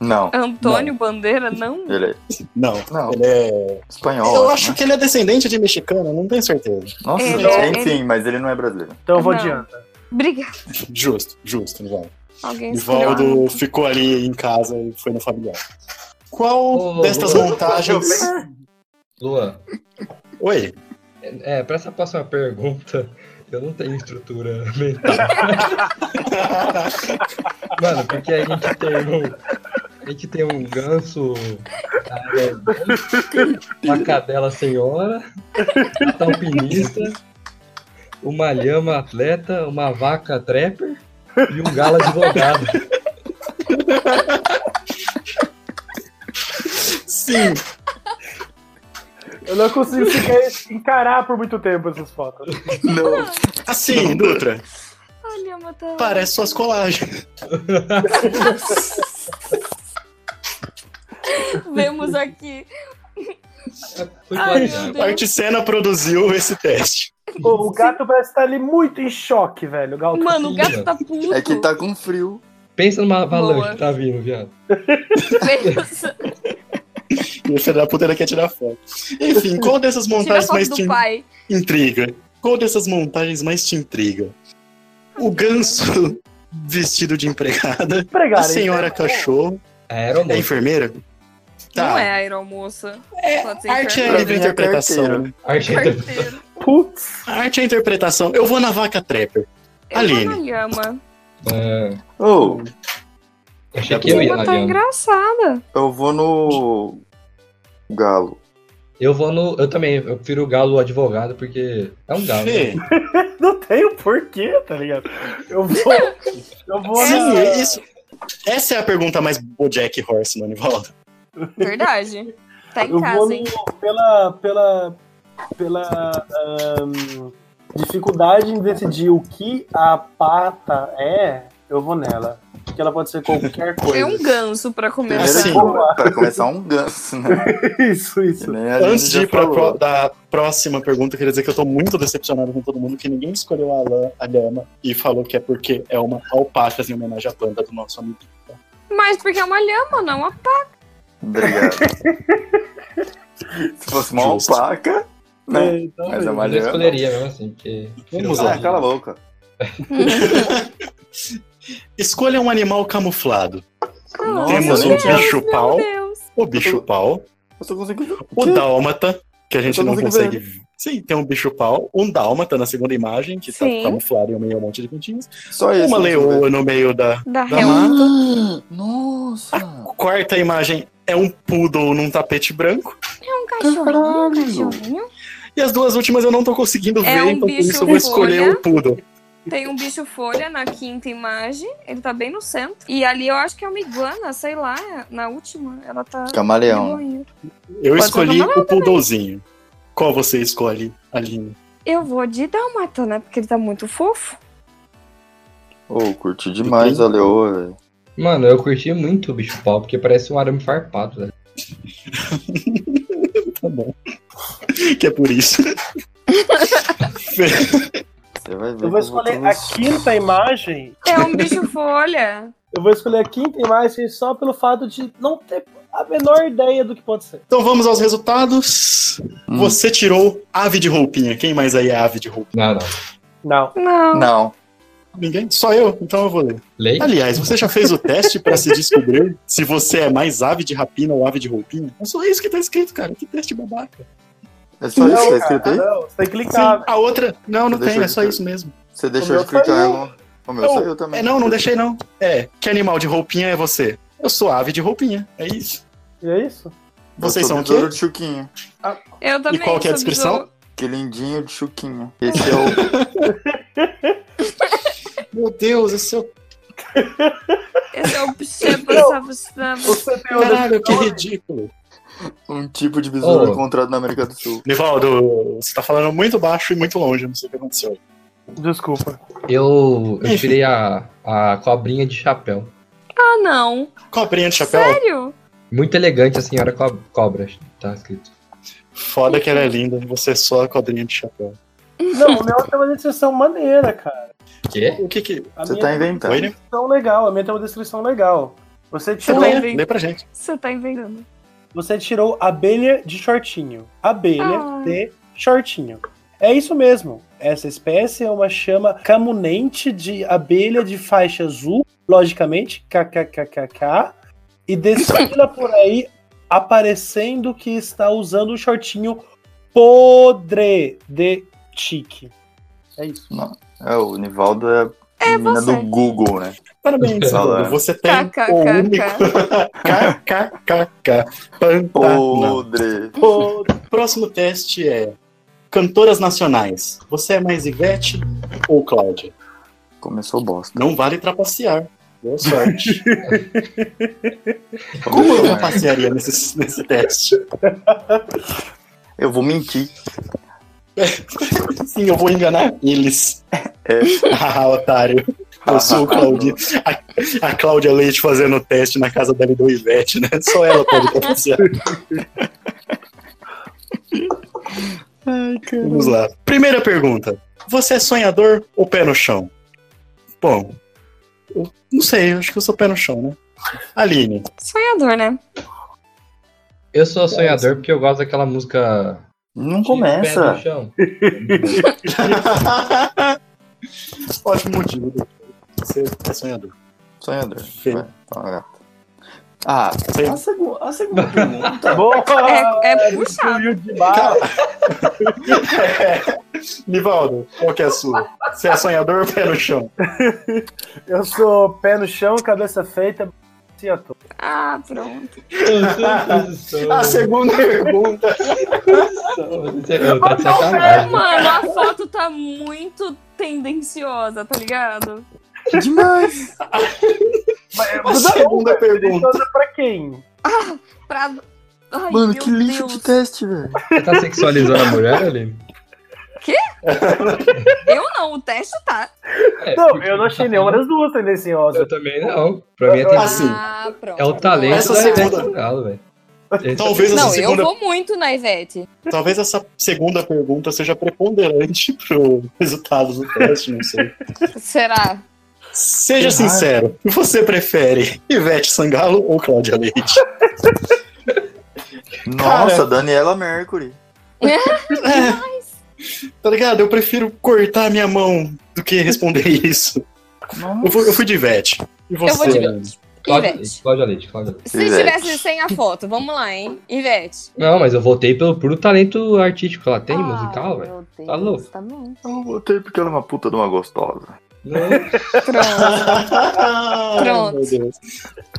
Não, Antônio Bandeira? Não. ele é Não. Ah, Não. Ele é... espanhol. Eu né? acho que ele é descendente de mexicano, não tenho certeza. Nossa, Ele gente, é- enfim, mas ele não é brasileiro. Então eu vou Não. adiantar. Obrigada. Justo, justo, Nivaldo. Alguém escolheu a Nivaldo Anta. ficou ali em casa e foi no familiar. Qual Ô, destas Luan. montagens. Luan, Oi. é, é, pra essa próxima pergunta, eu não tenho estrutura mental. Mano, porque a gente tem um. A gente tem um ganso. ah, é, Uma cadela senhora, um alpinista, uma lhama atleta, uma vaca trapper e um galo advogado. Sim. Eu não consigo sequer encarar por muito tempo essas fotos. Não. Assim, Dutra. Olha, Matheus. Parece suas colagens. Vemos aqui. Foi Ai, planejado. meu A Articena produziu esse teste. Pô, o gato parece estar ali muito em choque, velho. O gato. Mano, o gato Sim, tá puto. É que tá com frio. Pensa numa avalanche Boa. que tá vindo, viado. Pensa. E o filho da puta ele quer tirar foto. Enfim, qual dessas Tira a montagens foto tá mais te do pai. intriga? Qual dessas montagens mais te intriga? O ganso vestido de empregada, a Pregaram, hein? senhora cachorro, É aeromoça. é enfermeira? Tá. Não é aeromoça. Pode ser Arte é Pra livre mim é interpretação. carteiro. né? Arquiteto. carteiro. Putz. A arte é interpretação. Eu vou na vaca trapper. Aline. Eu vou na lhama. Ah, Ou achei que eu ia Lhama tá na engraçada. eu vou no. Galo. Eu vou no. Eu também, eu prefiro o galo advogado, porque é um galo. né? Fê, Não tenho porquê, tá ligado? Eu vou. Eu vou. sim, na- isso. Essa é a pergunta mais Bojack Horseman, né? Nivaldo. Verdade. Tá em Eu vou casa, hein? no- pela, pela, pela ahn, dificuldade em decidir o que a pata é, eu vou nela. Porque ela pode ser qualquer coisa. É um ganso pra começar. Primeiro é Assim. que- pra começar um ganso, né? Isso, Que isso. nem É, a Antes gente já de ir pra falou. pro- da próxima pergunta, eu queria dizer que eu tô muito decepcionado com todo mundo, que ninguém escolheu a, lã, a lhama e falou que é porque é uma alpacas em homenagem à planta do nosso amigo. Mas porque é uma lhama, não uma pá. Obrigado. Se fosse uma Justo. alpaca, né? É, então, Mas é uma Mas eu lhama. escolheria mesmo assim, porque. prefiro Vamos o lá, Ah, galo. cala a boca. Escolha um animal camuflado. Nossa, Temos um gente, bicho Meu pau, Deus. o bicho pau, Eu tô conseguindo. O dálmata, que a gente Eu tô não conseguindo consegue. Sim, tem um bicho pau, um dálmata na segunda imagem, que tá Sim. camuflado em meio a um monte de cantinhos. Só isso. Uma né? leoa no meio da Da Da réu. mata. Nossa! quarta imagem é um poodle num tapete branco. É um cachorrinho, um cachorrinho. E as duas últimas eu não tô conseguindo É ver, um então por bicho isso eu vou escolher folha. o poodle. Tem um bicho folha na quinta imagem. Ele tá bem no centro. E ali eu acho que é uma iguana, sei lá, É, na última. Ela tá. de Camaleão. boinha. Eu Pode ser escolhi camarada o poodlezinho. Qual você escolhe, Aline? Eu vou de Dalmata, né? Porque ele tá muito fofo. Ô, curti demais a leoa, velho. Mano, eu curti muito o bicho pau, porque parece um arame farpado, velho. Tá bom. Que é por isso. Você vai ver. Eu vou que escolher vou a ter quinta imagem. É um bicho folha. Eu vou escolher a quinta imagem só pelo fato de não ter a menor ideia do que pode ser. Então vamos aos resultados. Hum. Você tirou ave de roupinha. Quem mais aí é ave de roupinha? Não, não. Não. Não. Não. Ninguém? Só eu? Então eu vou ler. Lei? Aliás, você já fez o teste pra se descobrir se você é mais ave de rapina ou ave de roupinha? É só isso que tá escrito, cara. Que teste babaca. É só isso que tá não, escrito cara, aí? não, você tem que Sim, clicar. velho. a outra. Não, não Deixa tem. eu É só ver. isso mesmo. Você O deixou meu tá escrito saiu. aí, não? O meu Não, saiu também. É, não, não deixei não. É. Que animal de roupinha é você? Eu sou ave de roupinha. É isso. E é isso? Vocês eu são o sou besouro quê? de Chuquinho. Eu também qual que é a sou descrição? besouro. Que lindinho de Chuquinho. Esse é o. Meu Deus, esse é o. Esse é o bicho que Você tem outra Caralho, que ridículo. Um tipo de besouro Ô. encontrado na América do Sul. Nivaldo, você tá falando muito baixo e muito longe. Não sei o que aconteceu. Desculpa. Eu, eu tirei a, a cobrinha de chapéu. Ah, não. Cobrinha de chapéu? Sério? Muito elegante assim, a senhora co- cobra, tá escrito. Foda que ela é linda. Você é só a cobrinha de chapéu. Não, o meu tem uma descrição maneira, cara. Quê? O que que. A Você minha é tá tem uma inventando. Oi, né? descrição legal. A minha tem uma descrição legal. Você Você tirou, tá, Lê, lê inventando. pra gente. Você tá inventando. você tirou abelha de shortinho. Abelha Ah. de shortinho. É isso mesmo. Essa espécie é uma chama camunente de abelha de faixa azul, logicamente, kkkkk, e desfila por aí aparecendo que está usando um shortinho podre de chique. É isso. É, o Nivaldo é a menina você. do Google, Tá. né? Parabéns, Salvador. Salve. Você tem o único KKKK. KKKK Pantano. Podre. O tá. próximo teste é cantoras nacionais. Você é mais Ivete ou Cláudia? Começou bosta. Não vale trapacear. Boa sorte. Como eu Começou merda. trapacearia nesse, nesse teste? Eu vou mentir. Sim, eu vou enganar eles. ah, otário. Eu sou o Claudio. A, a Cláudia Leite fazendo o teste na casa dela e do Ivete, né? Só ela pode trapacear. Ai, cara. Vamos lá. Primeira pergunta. Você é sonhador ou pé no chão? Bom, eu não sei, eu acho que eu sou pé no chão, né? Aline, Sonhador, né? Eu sou sonhador porque eu gosto daquela música. Não Pé no começa. chão. ótimo motivo. Você é sonhador. Sonhador. Sim. Vai, toma, gata. Ah, Sim. a, segu a segunda pergunta. Boa! É, Ah. é puxado. Fluiu demais. Nivaldo, qual que é a sua? Você é sonhador ou pé no chão? Eu sou pé no chão, cabeça feita, assim, ó, tô. Ah, pronto. Ah, Eu sou A segunda pergunta. Ah, Eu tô de tá Ah, sacanagem. Mano, a foto tá muito tendenciosa, tá ligado? Demais. A tá é segunda pergunta. Deliciosa é pra quem? Pra... Ai, Mano, meu que lixo Deus. de teste, velho. Você tá sexualizando a mulher ali? Eu não, o teste tá. É, Não, porque eu não achei tá nenhuma falando- das duas tendenciosa. Eu também não. Pra mim é, tendência- Assim, ah, pronto. é o talento Essa da segunda- Ivete Sangalo, velho. Talvez essa Não, segunda, eu vou muito na Ivete. talvez essa segunda pergunta seja preponderante pro resultado do teste, não sei. Será? Seja Errado. sincero, você prefere Ivete Sangalo ou Cláudia Leite? Nossa, Cara. Daniela Mercury. Tá ligado? Eu prefiro cortar minha mão do que responder isso. Nossa. Eu fui, eu fui de Ivete. E você? Eu vou de Ivete. Ivete. Cláudia Ivete. Leite, Cláudia Leite, Cláudia Leite. Se Ivete. tivesse sem a foto, vamos lá, hein? Ivete. Não, mas eu voltei pelo puro talento artístico que ela Ah. tem, musical, velho. Meu Deus, Tá louco? Tá bom. Eu votei porque ela é uma puta de uma gostosa. Não, Pronto. Ai, meu Deus. Tá.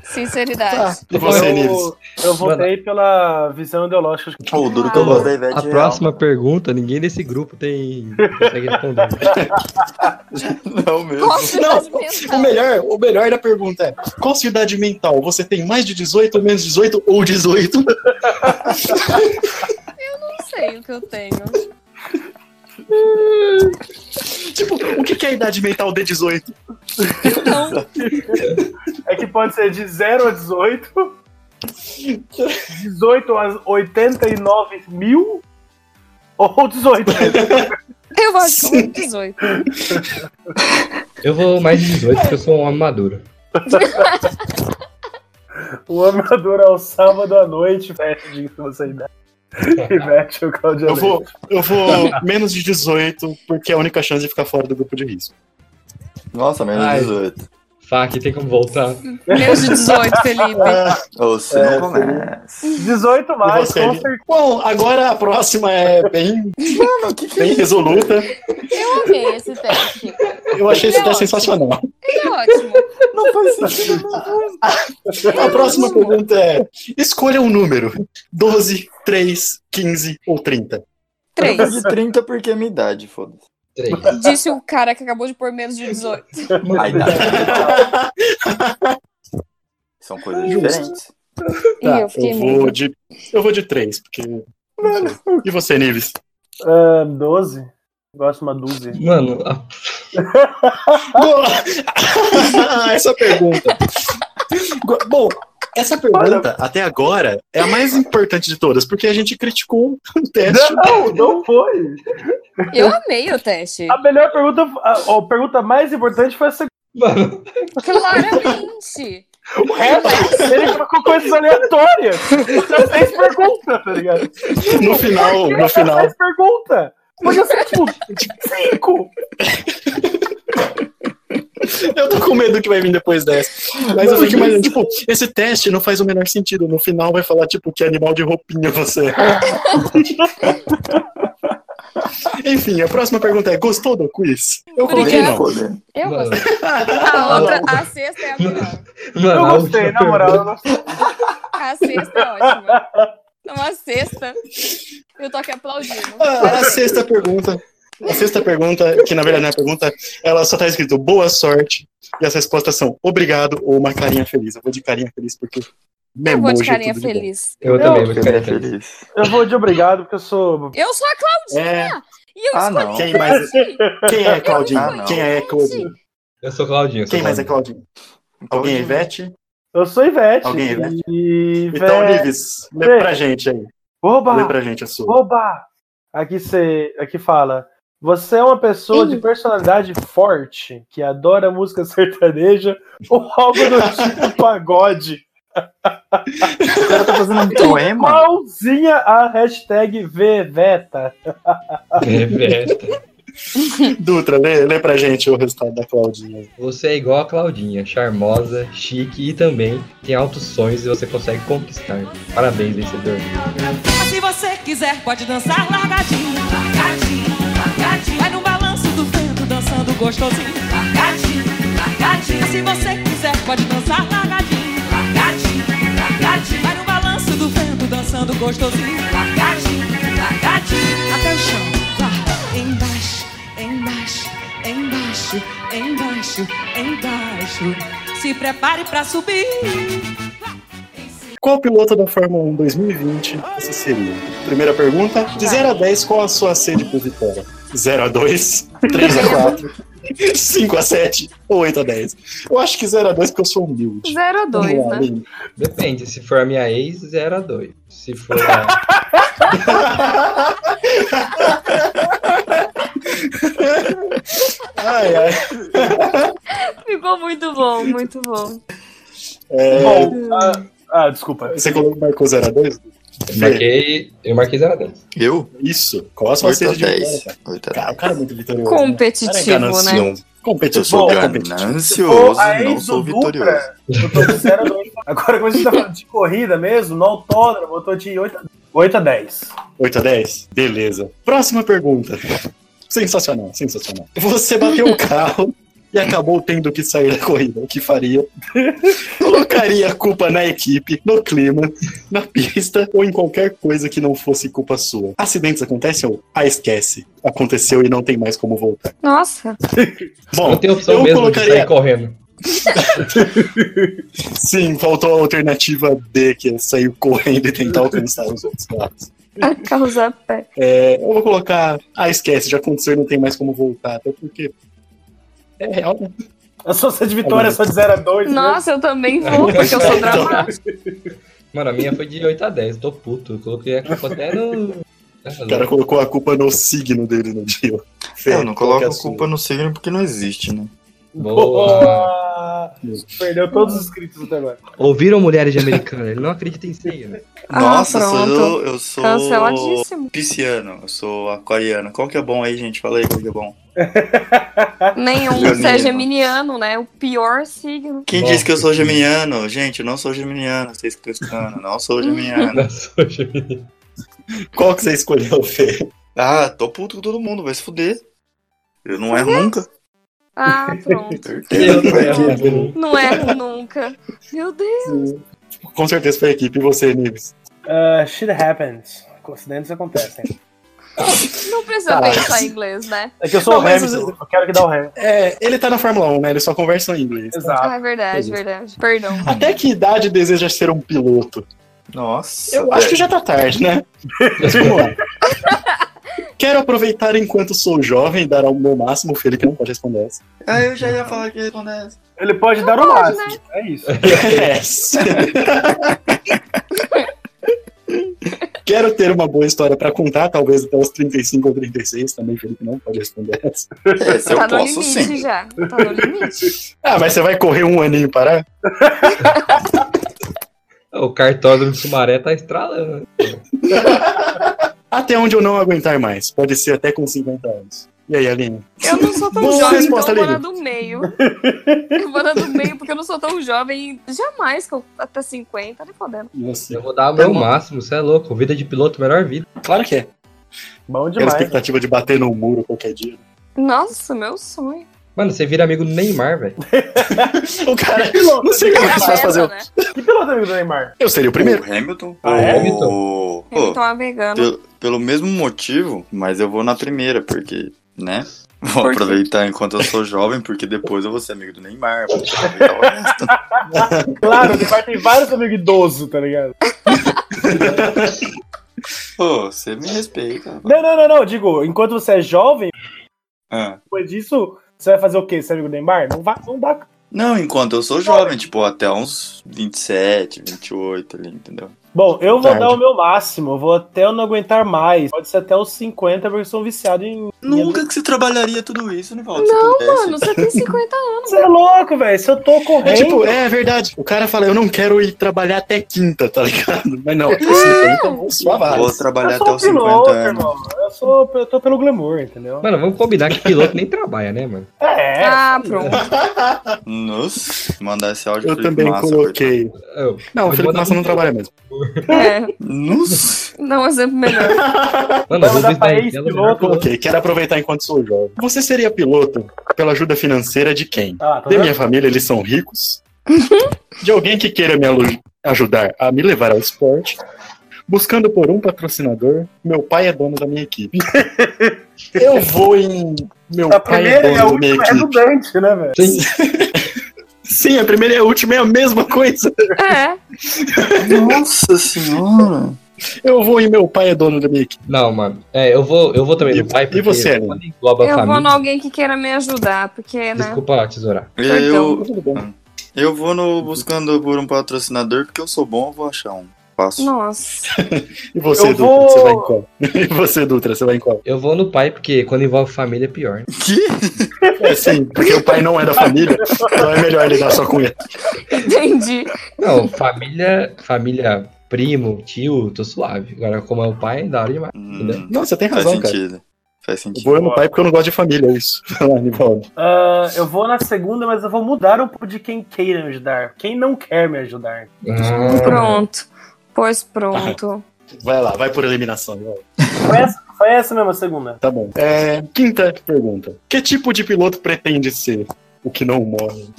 Sinceridade. E você, Eu- Nives? eu, eu voltei pela visão ideológica. Pô, o duro que eu gosto da Ivete a real. próxima pergunta, ninguém desse grupo tem consegue responder. Não mesmo. Qual a cidade Não, mental? O melhor, o melhor da pergunta é: qual sua idade mental? Você tem mais de 18, menos 18 ou 18? Não sei o que eu tenho. tipo, o O que, que é a idade mental D18? Então, É que pode ser de 0 a 18, 18 a 89 mil, ou 18. eu um vou de como 18. Eu vou mais de 18 porque eu sou um homem maduro. O amador ao sábado à noite fecha de você ainda. E mete o Claudio Eu vou, eu vou menos de 18, porque é a única chance de ficar fora do grupo de risco. Nossa, menos Ai. 18. Fá, aqui tem como voltar. Menos de 18, Felipe. Ou se É, não começa. 18 mais, você, com Lin? certeza. Bom, agora a próxima é bem, Mano, que é que bem resoluta. Eu amei esse teste. Eu achei esse É teste ótimo. sensacional. É ótimo. Não faz sentido A próxima pergunta é: escolha um número: 12, 3, 15 ou 30. Eu Três. fiz 30 porque é minha idade, foda-se. Três. Disse o cara que acabou de pôr menos de 18. A idade mental. São coisas Justo. diferentes. Tá, e eu fiquei vou muito. de, eu vou de 3, porque. E você, Nives? Ah, 12. Gosto de uma dúzia. Mano, a- Boa! essa pergunta. Go- Bom, essa pergunta, até agora, é a mais importante de todas, porque a gente criticou o teste. Não, não foi. Eu amei o teste. A melhor pergunta, a, a pergunta mais importante foi a segunda. mano, Claramente. O resto, ele colocou coisas aleatórias. São seis perguntas, tá ligado? No final, Ele no fez final, seis perguntas. Podia ser, tipo, cinco. eu tô com medo que vai vir depois dessa. Mas eu fico imaginando, tipo, esse teste não faz o menor sentido. No final vai falar, tipo, que animal de roupinha você é. Enfim, a próxima pergunta é: gostou do quiz? Eu coloquei Obrigada. Nem não. é foda. Eu mano, gostei. A outra, a sexta é a melhor. mano, Eu a gostei, última na moral. Eu pergunta- gostei. A sexta é ótima. Uma sexta. Eu tô aqui aplaudindo. Ah, a sexta pergunta. A sexta pergunta, que na verdade não é pergunta, ela só tá escrito boa sorte. E as respostas são obrigado ou uma carinha feliz. Eu vou de carinha feliz porque. Eu vou de memoji é carinha tudo de bom. feliz. Eu também vou Porque ficar ele é feliz. feliz. Eu vou de obrigado, porque eu sou. Eu sou a É, Claudinha! E eu Ah, escolhi não. o Quem mais- teste. quem é Claudinho? Ah, não. quem é Claudinho? Eu sou Claudinho. eu sou Quem mais é Claudinho. Claudinho? Alguém é Ivete? Eu sou Ivete. Alguém, é Ivete? E Então, Ivete. Lives, lê pra gente aí. Lê Oba! pra gente a sua. Oba! Aqui, cê, aqui fala. Você é uma pessoa de personalidade forte, que adora música sertaneja ou algo do tipo pagode. O cara tá fazendo um poema. Igualzinha a hashtag Veveta. É, Vesta. Dutra, lê, lê pra gente o resultado da Claudinha. Você é igual a Claudinha, charmosa, chique e também tem altos sonhos e você consegue conquistar. Parabéns, vencedor. Mas se você quiser, pode dançar largadinho. Largadinho, largadinho. Vai no balanço do vento, dançando gostosinho. Largadinho, largadinho. Mas se você quiser, pode dançar largadinho. Largadinho, largadinho. Vai no balanço do vento, dançando gostosinho. Largadinho, largadinho. Até o chão, vá. Embaixo, embaixo, embaixo, embaixo, embaixo. Se prepare pra subir. Qual piloto da Fórmula 1 2020 você seria? Primeira pergunta, de 0 a 10, qual a sua sede por vitória? 0 a 2, 3 a 4, 5 a 7 ou 8 a 10? Eu acho que 0 a 2 porque eu sou humilde. Zero Vamos dois, lá, né? Aline. Depende, se for a minha ex, 0 a 2. Se for a... Ai, ai. Ficou muito bom, muito bom. É, Bom, ah, ah, desculpa. você colocou- marcou 0 a 2? eu marquei, eu marquei 0 a 10. Eu? Isso. Qual a sua 8 a sede de 10. vitória? cara? 8 a 10. Cara, o cara é muito vitorioso. né? Cara é Competitivo, né? ganancioso. Competitivo. Eu sou né? é competitivo. ganancioso a e não ex sou do Dutra, vitorioso. Eu tô de 0 a 2. Agora, quando a gente tá falando de corrida mesmo, no autódromo, eu tô de 8 a, 8 a 10. 8 a 10? Beleza. Próxima pergunta. Sensacional, sensacional. Você bateu o carro e acabou tendo que sair da corrida. O que faria? Colocaria a culpa na equipe, no clima, na pista ou em qualquer coisa que não fosse culpa sua. Acidentes acontecem ou? Ah, esquece. Aconteceu e não tem mais como voltar. Nossa. Bom, Não tem opção eu mesmo de colocaria. sair correndo. Sim, faltou a alternativa D, que é sair correndo e tentar alcançar os outros carros. Carros a pé. É, eu vou colocar. Ah, esquece, já aconteceu e não tem mais como voltar. Até porque É real, né? A sua de vitória é só de 0 a 2. né? Nossa, eu também vou, é porque eu sou dramática. Então. Mano, a minha foi de 8 a 10, tô puto. Eu coloquei a culpa até no. O cara colocou a culpa no signo dele no dia. É, é Eu não coloco é a culpa no signo porque não existe, né? Boa! Perdeu todos os inscritos até agora. Ouviram mulheres de americana? Ele não acredita em né? signo. Ah, Nossa, pronto. sou, eu sou. Canceladíssimo. Pisciano, eu sou aquariano. Qual que é bom aí, gente? Fala aí qual que é bom. Nenhum Leonino. seja geminiano, né? O pior signo. Quem Bom. disse que eu sou geminiano? Gente, eu não sou geminiano, vocês que estão escutando, não sou geminiano. Na sua gemini- Qual que você escolheu, Fê? Ah, tô puto com todo mundo, vai se fuder. Eu não erro nunca. Ah, pronto. Certeza. não erro. Não erro nunca. Meu Deus. Com certeza foi a equipe. E você, Nibs? Ah, shit happens. Acidentes acontecem. Não precisa Tá. pensar em inglês, né? É que eu sou Não, o mas- Hamilton. Eu quero que dá o Hamilton. É, ele tá na Fórmula 1, né? Ele só conversa em inglês. Exato. Ah, é verdade, Beleza. verdade. Perdão. Ah, Até que idade deseja ser um piloto? Nossa. É. Eu acho que já tá tarde, né? Mas vamos lá. Quero aproveitar enquanto sou jovem e dar ao meu máximo. O Fê, ele que não pode responder essa. Ah, eu já ia falar que é. ia responder essa. Ele pode dar o pode, máximo. É isso. Yes. Quero ter uma boa história pra contar, talvez até os 35 ou 36, também, Felipe não pode responder essa. Essa É, eu tá no posso limite sim. já. Tá no limite. Ah, mas você vai correr um aninho e parar? O cartódromo de Sumaré tá estralando. Até onde eu não aguentar mais. Pode ser até com 50 anos. E aí, Aline? Eu não sou tão Boa jovem, resposta, então eu vou na Aline. do meio. Eu vou na do meio porque eu não sou tão jovem. e Jamais que eu até 50, nem podendo. E você? Eu vou dar o meu máximo, você é louco. Vida de piloto, melhor vida. Claro que é. Bom Aquela demais. expectativa de bater no muro qualquer dia. Nossa, meu sonho. Mano, você vira amigo do Neymar, velho. O cara, não sei como é que isso faz fazer. né? Que piloto amigo do Neymar? Eu seria o primeiro. O Hamilton? Ah, é, Hamilton? Pô, Ele toma vegano. pelo, pelo mesmo motivo, mas eu vou na primeira, porque, né? Vou Por quê? aproveitar enquanto eu sou jovem, porque depois eu vou ser amigo do Neymar. Vou aproveitar o resto. Claro, o Neymar tem vários amigos idosos, tá ligado? Pô, você me respeita. Não, não, não, não. Digo, enquanto você é jovem, Ah. depois disso, você vai fazer o quê? Ser amigo do Neymar? Não, vai, não dá. Não, enquanto eu sou jovem, tipo, até uns 27, 28 ali, entendeu? Bom, eu vou Tarde. dar o meu máximo. Eu vou até eu não aguentar mais. Pode ser até os 50, porque eu sou um viciado em. Nunca que você trabalharia tudo isso, Nivaldo, se Não, pudesse. mano, você tem 50 Você é louco, velho. Se eu tô correndo. É tipo, é verdade. O cara fala, eu não quero ir trabalhar até quinta, tá ligado? Mas não, até 50 eu vou suavar. Ah, tá Vou trabalhar eu né, até sou os 50 piloto, anos. irmão. Eu, sou, eu tô pelo glamour, entendeu? Mano, vamos combinar que piloto nem trabalha, né, mano? É, Ah, pronto. Nossa, mandar esse áudio Eu Felipe também Massa, coloquei. Eu- Não, o eu Felipe vou dar- Massa não trabalha mesmo. É, coitado. Nossa. dá um exemplo melhor. Mano, eu vou Vamos dar pra dar Eu ex-piloto. coloquei, quero aproveitar enquanto sou jovem. Você seria piloto pela ajuda financeira de quem? Ah, tá De vendo? minha família, eles são ricos. De alguém que queira me alu- ajudar a me levar ao esporte. Buscando por um patrocinador, meu pai é dono da minha equipe. Eu vou em. Meu A pai é primeira Tá, e a dono da minha última é equipe. do Dante, né, velho? Sim. Sim, a primeira e a última é a mesma coisa. É, Nossa senhora. Eu vou em meu pai é dono da minha equipe. Não, mano. É, eu vou, eu vou também E- no pai, e você, quando engloba a eu vou família. em alguém que queira me ajudar, porque, né? Desculpa, tesoura. Eu, Tudo bom. Eu vou no buscando por um patrocinador, porque eu sou bom, eu vou achar um. Fácil. Nossa. E você, Eu Dutra, vou- você vai em qual? E você, Dutra, você vai em qual? Eu vou no pai, porque quando envolve família é pior. né? Que? É, sim, porque o pai não é da família, então é melhor ligar só com ele. Entendi. Não, família, família, primo, tio, tô suave. Agora, como é o pai, da hora demais. Hum, Não, você tem faz razão, cara. sentido. Faz Eu sentido. vou no pai porque eu não gosto de família, é isso. Vai lá, Nivaldo. Ah, eu vou na segunda, mas eu vou mudar um pouco de quem queira me ajudar. Quem não quer me ajudar. Ah, Pronto. Pois pronto. Vai lá, vai por eliminação, Nivaldo. Foi essa, foi essa mesmo a segunda. Tá bom. É, quinta pergunta. Que tipo de piloto pretende ser? O que não morre.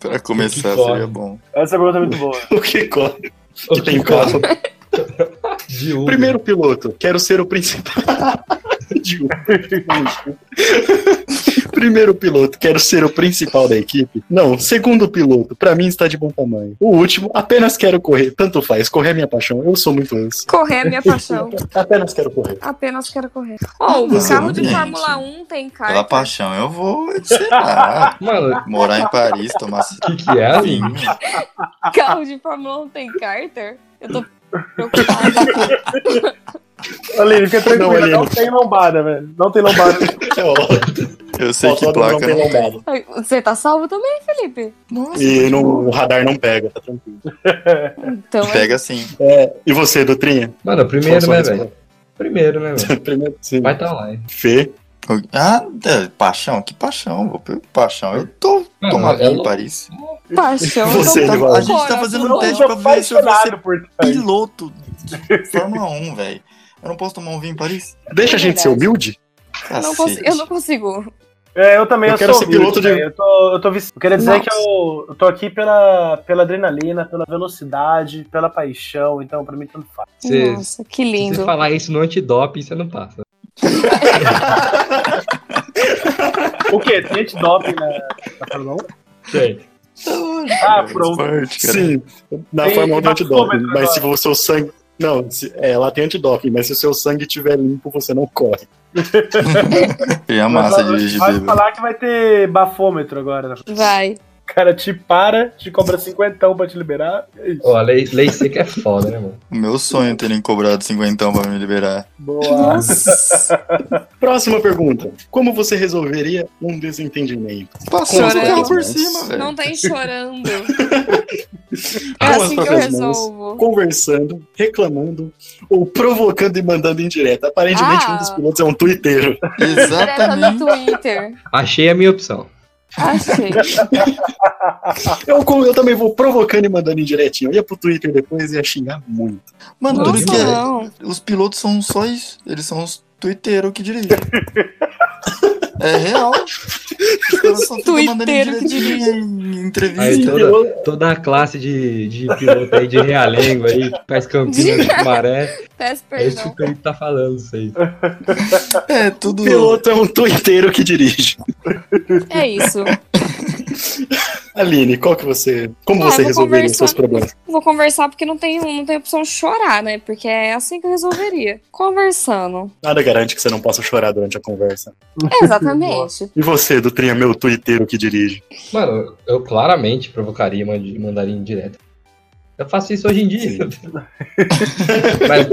Pra começar, Que corre. seria bom. Essa pergunta é muito boa. O que corre? O Que tem carro. De Uber. Primeiro piloto, quero ser o principal. De um. Primeiro piloto, quero ser o principal da equipe. Não, segundo piloto, pra mim está de bom tamanho. O último, apenas quero correr. Tanto faz, correr é minha paixão. Eu sou muito anso. Correr é minha paixão. Apenas quero correr. Apenas quero correr. Oh, o Nossa, carro de gente. Tá Fórmula 1 tem Pela carta. paixão, eu vou, sei lá, Mano, o morar em Paris, tomar que, que é, amigo? vinho. Carro de Fórmula 1 tem carter? Eu tô preocupada. Aline, fica Não, tranquila, Aline. não tem lombada, velho. Não tem lombada. É ótimo. Eu sei que Autódromo não placa tem não tem. lombada. Ai, Você tá salvo também, Felipe? Nossa, né? E não, o radar não pega, tá tranquilo. Então, é- pega assim. É, e você, Doutrinha? Mano, primeiro, Qual né, a sua velho? Primeiro, né, velho? resposta? Primeiro, sim. Vai tá lá, hein? Fê. Ah, da- paixão, que paixão, vou pe- paixão. Eu tô Mano, tomando é vinho em louco. Paris. paixão. Você, é então, Eduardo. a gente tá Fora, fazendo não, um Eu teste sou pra ver se eu vou ser apaixonado por trás. piloto de Fórmula 1, velho. Eu não posso tomar um vinho em Paris? Deixa a gente ser humilde. eu não consigo- Eu não consigo. É, eu também Eu eu quero sou ser piloto de- velho. Eu tô, eu tô vici- eu queria dizer Nossa. que eu, eu tô aqui pela, pela adrenalina, pela velocidade, pela paixão, então pra mim tanto faz. Cê- Nossa, que Se lindo. você falar isso no antidoping, você não passa. O quê? Tem antidoping na, na Fórmula 1? Gente, Ah, pronto. Esporte, é cara. Sim, na Tem forma de antidoping. bafômetro Mas se o seu sangue. Não, se- é, lá tem antidoping, mas se o seu sangue estiver limpo, você não corre. Seria é massa Mas dirigir vai bêbado. falar que vai ter bafômetro agora. né? Vai. O cara te para, te cobra cinquentão pra te liberar. É isso. ó, a lei, lei seca é foda, né, mano? O meu sonho é terem cobrado cinquentão pra me liberar. Boa. Próxima pergunta. Como você resolveria um desentendimento? Passou o Chorando. carro por cima, velho. Não tem chorando. É Com as assim que eu próprias mãos. resolvo. Conversando, reclamando ou provocando e mandando indireta. Aparentemente, Ah. um dos pilotos é um tuiteiro. né? Direta no Exatamente. Twitter. Achei a minha opção. Achei. Eu, como eu também vou provocando e mandando indiretinho. Eu ia pro Twitter depois e ia xingar muito. Mano, tudo Nossa, que é. não. Os pilotos são só isso. Eles são os twitteiros que dirigem. É real. Os caras só ficam mandando Tuiteiro que indiretinha em Aí entrevista. toda, toda a classe de, de piloto aí de realengo aí, faz Campinas, Maré, Peço é isso que o perdão. Felipe tá falando, isso aí. É, então, O tudo. piloto é um tuiteiro que dirige. É isso. Aline, qual que você. Como Ah, você eu vou resolveria os conversar. seus problemas? Vou conversar porque não tem, não tem opção de chorar, né? Porque é assim que eu resolveria. Conversando. Nada garante que você não possa chorar durante a conversa. Exatamente. E você, Dutrinha, meu tuiteiro que dirige? Mano, eu claramente provocaria mand- mandaria indireto. Eu faço isso hoje em dia. mas,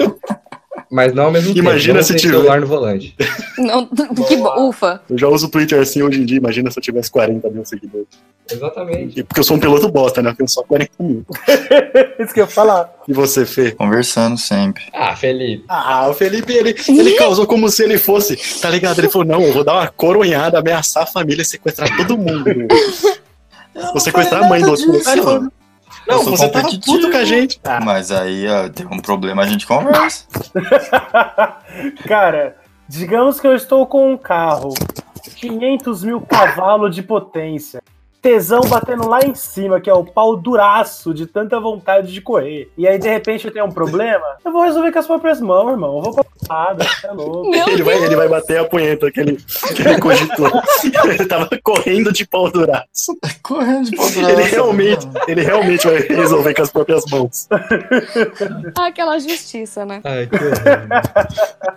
mas não ao mesmo tempo. Imagina não se sem tiver. celular no volante. Não, que bo- ufa. Eu já uso o Twitter assim hoje em dia, imagina se eu tivesse 40 mil seguidores. Exatamente. E- Porque eu sou um piloto bosta, né? Eu tenho só 40 mil. isso que eu ia falar. E você, Fê? Conversando sempre. Ah, Felipe. Ah, o Felipe, ele, ele causou como se ele fosse, tá ligado? Ele falou, não, eu vou dar uma coronhada, ameaçar a família, sequestrar todo mundo. Vou sequestrar a mãe do outro. Ah, ele falou, Eu não, sou você tava competitivo." puto com a gente. Ah, Mas aí ó, tem um problema, a gente conversa. Cara, digamos que eu estou com um carro, 500 mil cavalos de potência, tesão batendo lá em cima, que é o pau duraço de tanta vontade de correr. E aí, de repente, eu tenho um problema, eu vou resolver com as próprias mãos, irmão. Eu vou pra nada, você é louco. Meu ele, Deus. vai, ele vai bater a punheta que ele, que ele cogitou. ele tava correndo de pau duraço. Correndo de poder. Ele realmente, ele realmente vai resolver com as próprias mãos. Ah, Aquela justiça, né? Ai, que horror. mano.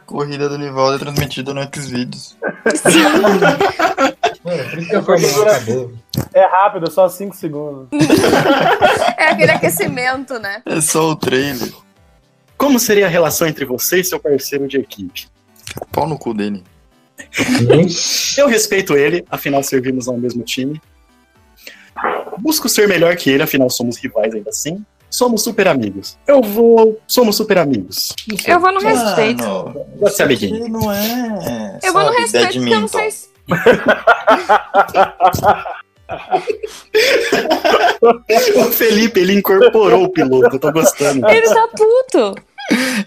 Corrida do Nivaldo é transmitida no Xvideos. Mano, por isso que a Fórmula 1 acabou. É rápido, é só 5 segundos. É aquele aquecimento, né? É só o trailer. Como seria a relação entre você e seu parceiro de equipe? Pau no cu dele. Eu respeito ele, afinal servimos ao mesmo time. Busco ser melhor que ele, afinal somos rivais ainda assim. Somos super amigos. Eu vou. Somos super amigos. Eu vou no Ah, respeito. Mano, Você é amiguinho. ele não é. Eu vou no sabe, respeito porque eu não sei badminton. se. O Felipe, ele incorporou o piloto, eu tô gostando. Ele tá puto.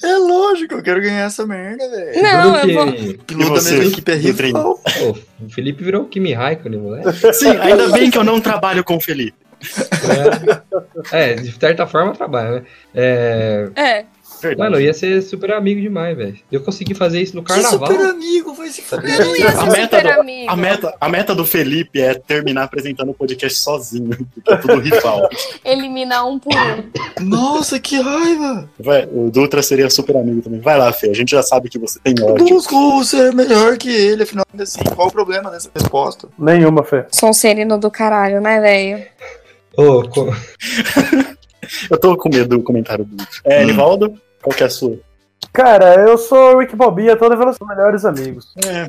É lógico, eu quero ganhar essa merda, É. velho. Não, eu vou. Tudo que- Piloto E da você, mesma equipe é Pedrinho? rival. Pô, o Felipe virou o Kimi Raikkonen, moleque. né? Sim, ainda bem que eu não trabalho com o Felipe. É, de certa forma trabalha, né? É, É. Verdade. Mano, eu ia ser super amigo demais, velho. Eu consegui fazer isso no Que carnaval. é super amigo, vai se Eu Tá não ia fuder. ser A meta super do- amiga. a, meta, a meta do Felipe é terminar apresentando o podcast sozinho, porque é tudo rival. Eliminar um por um. Nossa, que raiva! Vai, o Dutra seria super amigo também. Vai lá, Fê, a gente já sabe que você tem ódio. Busco ser melhor que ele, afinal, ainda assim, qual o problema dessa resposta? Nenhuma, Fê. Sonserino um do caralho, né, velho? Ô, co- Eu tô com medo do comentário do Dutra. É, Hum. Nivaldo, qual que é a sua? Cara, eu sou o Rick Bobia, tô levando os melhores amigos. É,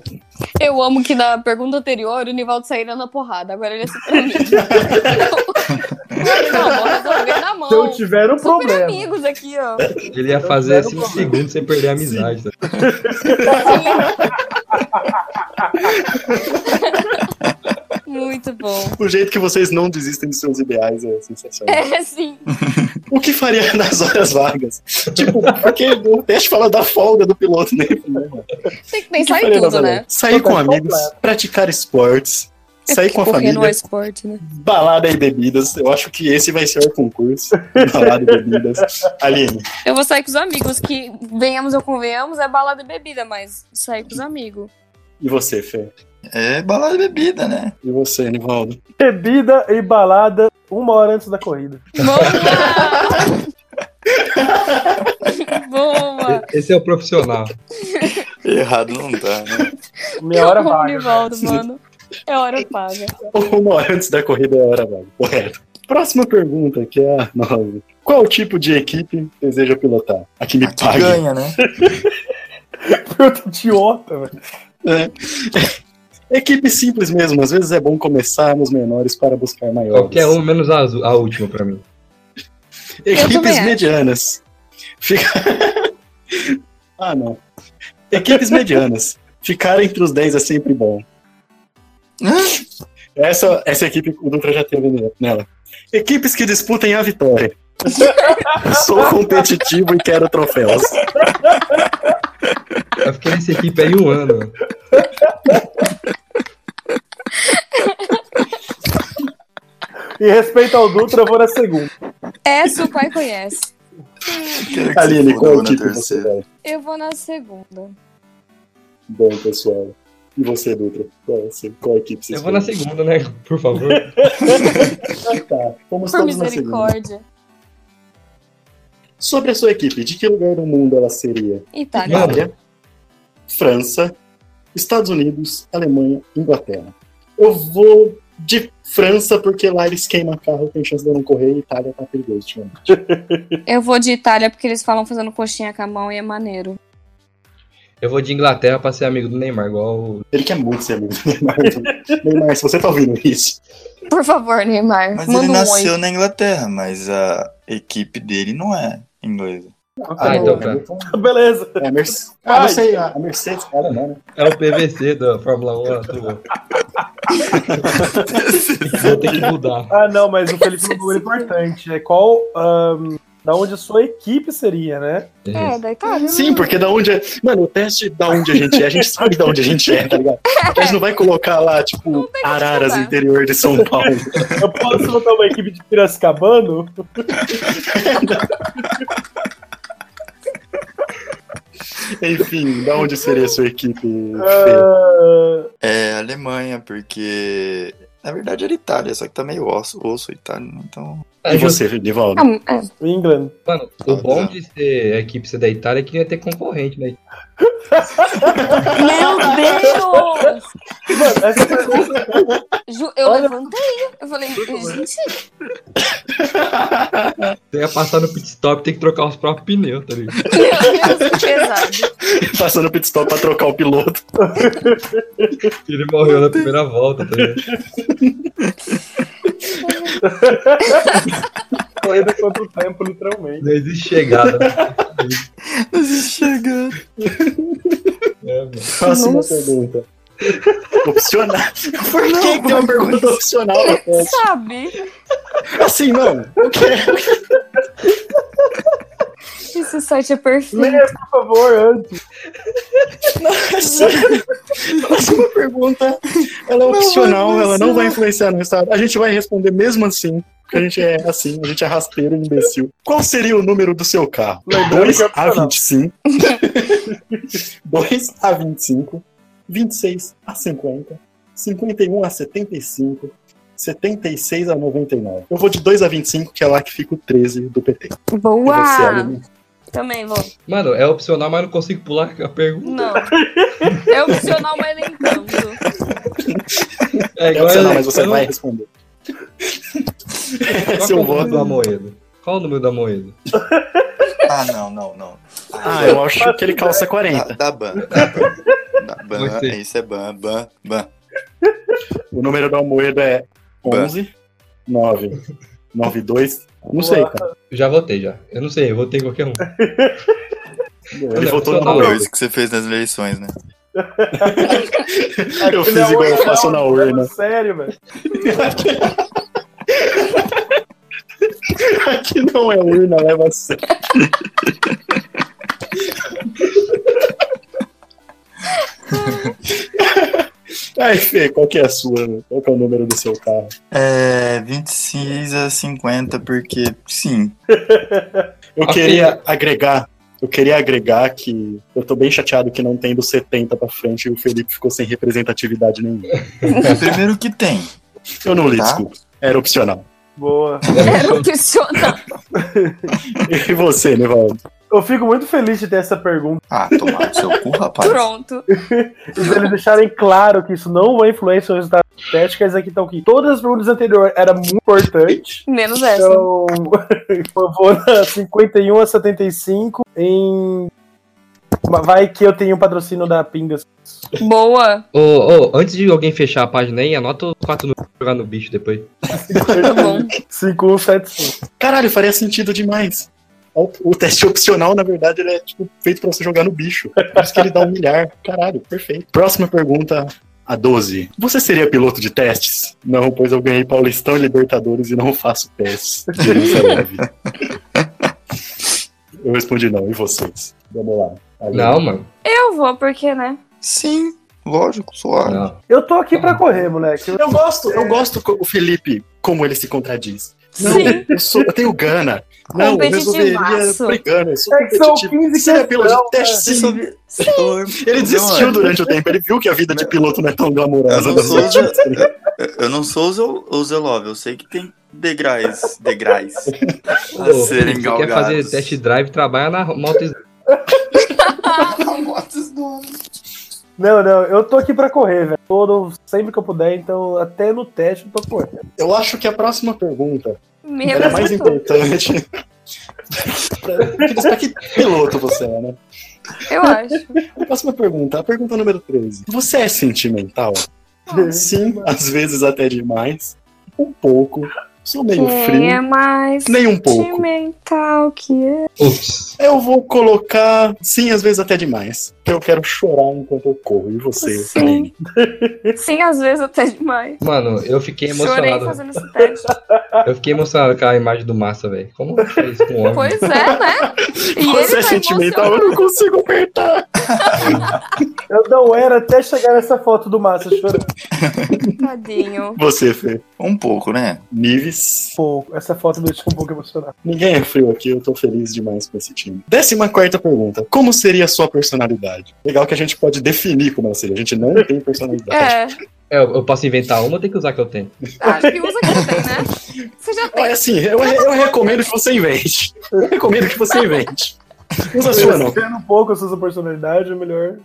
Eu amo que na pergunta anterior o Nivaldo saíra na porrada. Agora ele é super amigo. não, vou resolver na mão. Se Então eu tiver um Oh, Super problema. amigos aqui, ó. ele ia fazer assim um segundo sem perder a amizade. tá? Muito bom. o jeito que vocês não desistem dos seus ideais é sensacional. É, sim. O que faria nas horas vagas? tipo, porque o teste fala da folga do piloto nele. Né? mano? Tem que O que pensar em faria nas tudo, horas- né? Sair com Completo. amigos, praticar esportes, sair com a Correr família, no esporte, né? balada e bebidas. Eu acho que esse vai ser o concurso. Balada e bebidas. Aline, Eu vou sair com os amigos, que venhamos ou convenhamos, é balada e bebida, mas sair com os amigos. e você, Fê? É balada e bebida, né? E você, Nivaldo? Bebida e balada uma hora antes da corrida. Boa! Boa! Esse é o profissional. Errado não tá, né? Minha hora né? Eu amo o vaga. Nivaldo, mano. É hora paga. Uma hora antes da corrida é a hora, vaga. Correto. Próxima pergunta, que é a nove. Qual tipo de equipe deseja pilotar? A que me Aqui paga. ganha, né? Pergunta idiota, velho. Equipe simples mesmo, às vezes é bom começar nos menores para buscar maiores. Qualquer um menos a, azul- a última pra mim. Eu também Equipes acho. medianas. Fica... ah, não. Equipes medianas. Ficar entre os 10 é sempre bom. Essa, essa equipe o Dutra já teve ne- nela. Equipes que disputem a vitória. Sou competitivo e quero troféus. Eu fiquei nessa equipe aí um ano. E respeito ao Dutra, eu vou na segunda. Essa o pai conhece. Quero que Aline, se qual foda na equipe você terceira. vai? Eu vou na segunda. Bom, pessoal. E você, Dutra? Qual, você- qual equipe você Eu vou na escolhe? segunda, né? Por favor. Ah, tá. Fomos Por todos na segunda. misericórdia. Sobre a sua equipe, de que lugar do mundo ela seria? Itália. Itália, França, Estados Unidos, Alemanha, Inglaterra. Eu vou de França porque lá eles queimam carro, tem chance de eu não correr e Itália tá perigoso ultimamente. Eu vou de Itália porque eles falam fazendo coxinha com a mão e é maneiro. Eu vou de Inglaterra pra ser amigo do Neymar, igual o Ele quer muito ser amigo do Neymar. Neymar, se você tá ouvindo isso, Por favor, Neymar, Mas manda ele um oi. nasceu na Inglaterra, mas a equipe dele não é inglesa. Ah, então tá. Beleza. É a Mercedes. Ah, não sei, a a Mercedes, cara, não, né? É o PVC da Fórmula 1 atual. Vou ter que mudar. Ah, não, mas o Felipe falou é importante. É qual. ahn, da onde a sua equipe seria, né? É, da Itália. Sim, porque da onde é. Mano, o teste da onde a gente é, a gente sabe da onde a gente é, tá ligado? A gente não vai colocar lá, tipo, Araras, falar. interior de São Paulo. Eu posso montar uma equipe de Piracicabano? Enfim, da onde seria a sua equipe? Fê? Ah, É Alemanha, porque na verdade era Itália, só que tá meio osso, osso Itália, né? então. E É você, Nivaldo? Ah, é. England. Mano, o bom de ser a equipe ser da Itália é que ia ter concorrente, né? Meu Deus! Mano, essa é pergunta Ju- eu Olha- levantei. Eu falei, gente, Você ia passar no pit stop tem que trocar os próprios pneus, tá ligado? meu Deus, que é pesado. Passando o pit stop pra trocar o piloto. Ele morreu na primeira volta, tá ligado? corrida contra o tempo, literalmente. Não existe chegada. né? Chegando. É, mano. Próxima Nossa. pergunta. Opcional. Por que que tem uma pergunta opcional? tá no teste? Sabe? Assim, mano, o quê? Esse site é perfeito. Leia, por favor, antes. Próxima pergunta. Ela é opcional, ela não vai influenciar no resultado. A gente vai responder mesmo assim. Porque a gente é assim, a gente é rasteiro e imbecil. Qual seria o número do seu carro? Lembrando 2 que é a opcional. 25. 2 a 25. 26 a 50. 51 a 75. 76 a 99. Eu vou de 2 a 25, que é lá que fica o 13 do PT. E você, é Boa! Aline? Também vou. Mano, é opcional, mas não consigo pular a pergunta. Não. É opcional, mas nem tanto. É É opcional, mas você vai responder. Qual Esse é eu o número voto. do Amoedo? Qual o número do Amoedo? Ah, não, não, não. Ah, eu acho que ele calça 40. Da, da ban. Da ban. Da ban. Gostei. Isso é ban, ban, ban. O número da moeda é 11, 9, 9, 2. Não sei, cara. Já votei, já. Eu não sei, eu votei em qualquer um. Ele Não, votou não, na não. urna. Coisa que você fez nas eleições, né? Eu fiz igual eu faço na é urna. Sério, velho. Aqui não é urna, leva a sério. Ai, Fê, qual que é a sua? né? Qual que é o número do seu carro? É, 26 a 50, porque sim. Eu A queria agregar. Eu queria agregar que eu tô bem chateado que não tem do 70 pra frente e o Felipe ficou sem representatividade nenhuma. Primeiro que tem. Eu não li, Tá. desculpa. Era opcional. Boa. Era opcional. E você, Nivaldo? Eu fico muito feliz de ter essa pergunta. Ah, tomar no seu cu, rapaz. Pronto. E se eles deixarem claro que isso não vai influenciar o resultado estético, quer dizer que então que todas as perguntas anteriores eram muito importantes. Menos essa. Então, eu vou na 51 a 75 em. Vai que eu tenho um patrocínio da Pingas. Boa. Ô, ô, antes de alguém fechar a página aí, anota os quatro números pra jogar no bicho depois. Tá bom. 5175. Caralho, faria sentido demais. O o teste opcional, na verdade, ele é tipo, feito pra você jogar no bicho. Por isso que ele dá um milhar. Caralho, perfeito. Próxima pergunta, a 12. Você seria piloto de testes? Não, pois eu ganhei Paulistão e Libertadores e não faço testes. Denúncia leve. Eu respondi não, e vocês? Vamos lá. Aline. Não, mano. Eu vou, porque, né? Sim, lógico, suave. Não. Eu tô aqui pra correr, moleque. Eu gosto, eu gosto co- o Felipe, como ele se contradiz. Não, Sim. É um eu, sou, eu tenho gana. Não, eu resolveria Competitivaço. brigando. Eu sou É que são competitivo. 15 Você é piloto questão, de né? teste, Você sim. só vi- Ô, Ele desistiu Não, durante o tempo, ele viu que a vida de piloto não é tão Eu glamourosa. não né? sou o Ze- eu- eu não sou o Ze- o Zelov, eu sei que tem degraus, degraus a Ô, serem se quer galgados. fazer test drive, trabalha na Malta Não, não, eu tô aqui pra correr, velho. Todo, sempre que eu puder, então até no teste eu tô correndo. Eu acho que a próxima pergunta Menos era mais de tudo. importante. Pra- pra que piloto você é, né? Eu acho. A próxima pergunta, a pergunta número 13. Você é sentimental? Ah. Sim, às vezes até demais. Um pouco. Sou meio Quem é frio. mais Nem um pouco. sentimental que eu? Ups. Eu vou colocar, sim, às vezes até demais. Porque eu quero chorar enquanto eu corro. E você, Sim. Aline? Sim, às vezes até demais. Mano, eu fiquei Chorei emocionado. fazendo esse teste. Eu fiquei emocionado com a imagem do Massa, velho. Como que fez com o homem? Pois é, né? E ele Você é tá sentimental, emocionado. eu não consigo apertar. Eu não era até chegar nessa foto do Massa chorando um Tadinho. Você, Fê. Um pouco, né? Nives. pouco. Essa foto me deixou um pouco emocionado. Ninguém é frio aqui, eu tô feliz demais com esse time. Décima quarta pergunta. Como seria a sua personalidade? Legal que a gente pode definir como ela seria. A gente não tem personalidade. É. É, Eu, eu posso inventar uma, ou tem que usar a que eu tenho. Ah, que usa que tem, né? Você já É tem. assim, eu, eu recomendo que você invente. Eu recomendo que você invente. Usa a sua, não. Tendo um pouco essa sua personalidade, é melhor.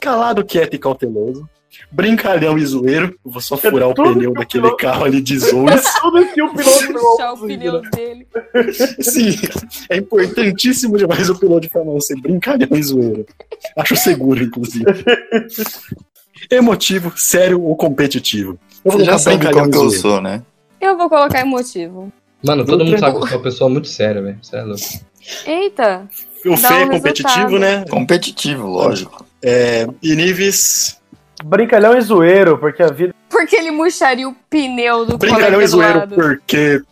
Calado, quieto e cauteloso. Brincalhão e zoeiro. Vou só furar o tudo pneu que eu daquele falo. carro ali de zoas. Tudo que o piloto não Puxar o pneu dele. Sim, é importantíssimo demais o piloto de Fórmula 1 ser brincalhão e zoeiro. Acho seguro, inclusive. Emotivo, sério ou competitivo? Eu Você já colocar sabe brincalhão qual e que eu zoeiro. sou, né? Eu vou colocar emotivo. Mano, todo Não mundo tem sabe que eu sou uma pessoa muito séria, velho. Você é louco. Eita. O Dá Fê um é competitivo, resultado. né? Competitivo, lógico. É, e Nives, Brincalhão e zoeiro, porque a vida. Porque ele murcharia o pneu do brincalhão colega e do zoeiro lado. porque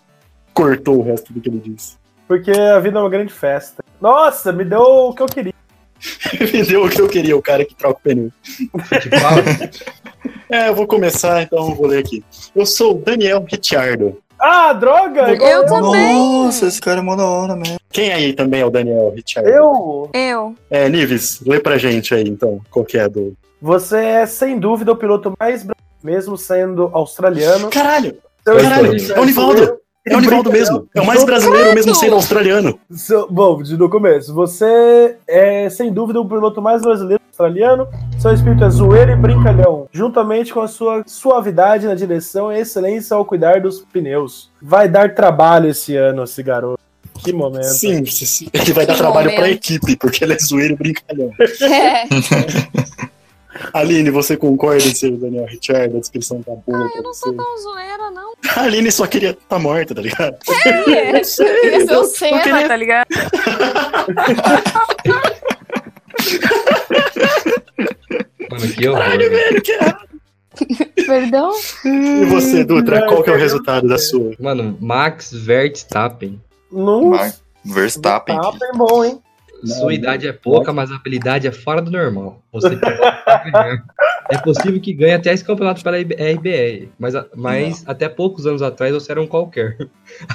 cortou o resto do que ele disse. Porque a vida é uma grande festa. Nossa, me deu o que eu queria. Me deu o que eu queria, o cara que troca o pneu. Tipo, ah, É, eu vou começar, então eu vou ler aqui. Eu sou o Daniel Ricciardo. Ah, droga! Eu também. Nossa, esse cara é mó da hora mesmo. Quem aí também é o Daniel Richard? Eu. Eu. É, Nives, lê pra gente aí, então, qual que é do... Você é sem dúvida o piloto mais brasileiro, mesmo sendo australiano. Caralho! Seu caralho, Instagram é o Nivaldo. seu- É o Nivaldo Brinca- mesmo. É o mais brasileiro mesmo sendo australiano. Seu- Bom, de- no começo. Você é, sem dúvida, o piloto mais brasileiro australiano. Seu espírito é zoeiro e brincalhão, juntamente com a sua suavidade na direção e excelência ao cuidar dos pneus. Vai dar trabalho esse ano, esse garoto. Que momento. Sim, sim, sim. ele vai dar Que trabalho pra momento. equipe, porque ele é zoeiro e brincalhão. É. Aline, você concorda em ser o Daniel Richard? A descrição tá boa pra Eu não você. sou tão zoeira, não. A Aline só queria estar tá morta, tá ligado? É, sei, eu eu- sei, porque- tá ligado? Mano, que horror. velho. Velho, que- Perdão? Hum, E você, Dutra, qual que é o resultado da sua? Mano, Max Verstappen. Não Max Verstappen. Verstappen tá bom, hein? Sua idade é pouca, mas a habilidade é fora do normal. Você tem que ganhar. É possível que ganhe até esse campeonato pela é RBR, mas, a- mas até poucos anos atrás você era um qualquer.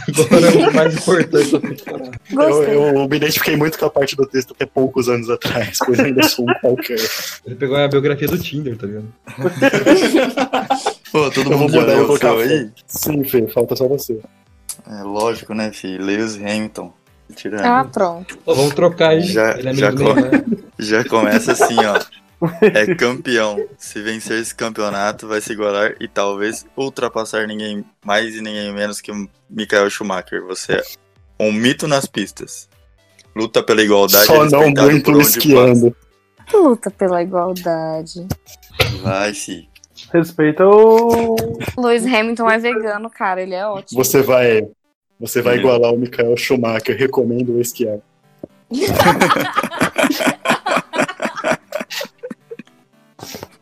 Agora é o mais importante da temporada. Eu, Gostei. eu me identifiquei muito com a parte do texto até poucos anos atrás, pois ainda sou um qualquer. Ele pegou a biografia do Tinder, tá ligado? Pô, todo Eu vou mundo já mudar, eu leu vou o seu colocar aí? Sim, Fê, falta só você. É lógico, né, filho? Lewis Hamilton. Tirando. Ah, pronto. Pô, vamos trocar aí. Já- Ele é já amigo do co- Neymar. Já começa assim, ó. É campeão. Se vencer esse campeonato, vai se igualar e talvez ultrapassar ninguém mais e ninguém menos que Michael Schumacher. Você é um mito nas pistas. Luta pela igualdade. Só é não respeitado muito por onde esquiando. Luta pela igualdade. passa. Vai, sim. Respeita o. Lewis Hamilton é vegano, cara. Ele é ótimo. Você vai. Você vai Hum. igualar o Michael Schumacher, recomendo o esquiar.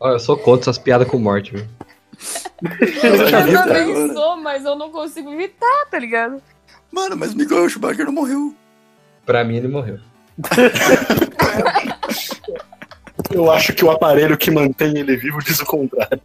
Ó, eu sou contra essas piadas com morte, velho. Eu já vi Eu até também agora. sou, mas eu não consigo evitar, tá ligado? Mano, mas Michael Schumacher não morreu. Pra mim ele morreu. Eu acho que o aparelho que mantém ele vivo diz o contrário.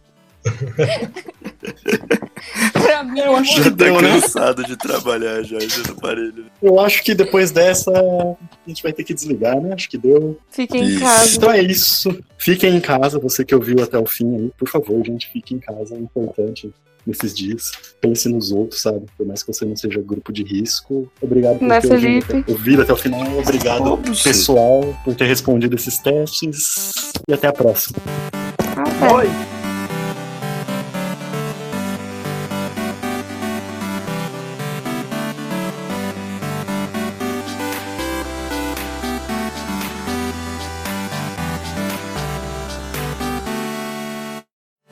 Pra mim, Eu acho Já que tá deu, né? cansado de trabalhar já, já no aparelho. Eu acho que depois dessa a gente vai ter que desligar, né? Acho que deu. fica em Isso. casa. Então é isso. Fiquem em casa, você que ouviu até o fim aí, por favor, gente, fique em casa, é importante nesses dias. Pense nos outros, sabe? Por mais que você não seja grupo de risco. Obrigado por Né, ter ouvido Felipe? até- ouvido até o final. Obrigado, pessoal, por ter respondido esses testes. E até a próxima. Ah, tá. Oi.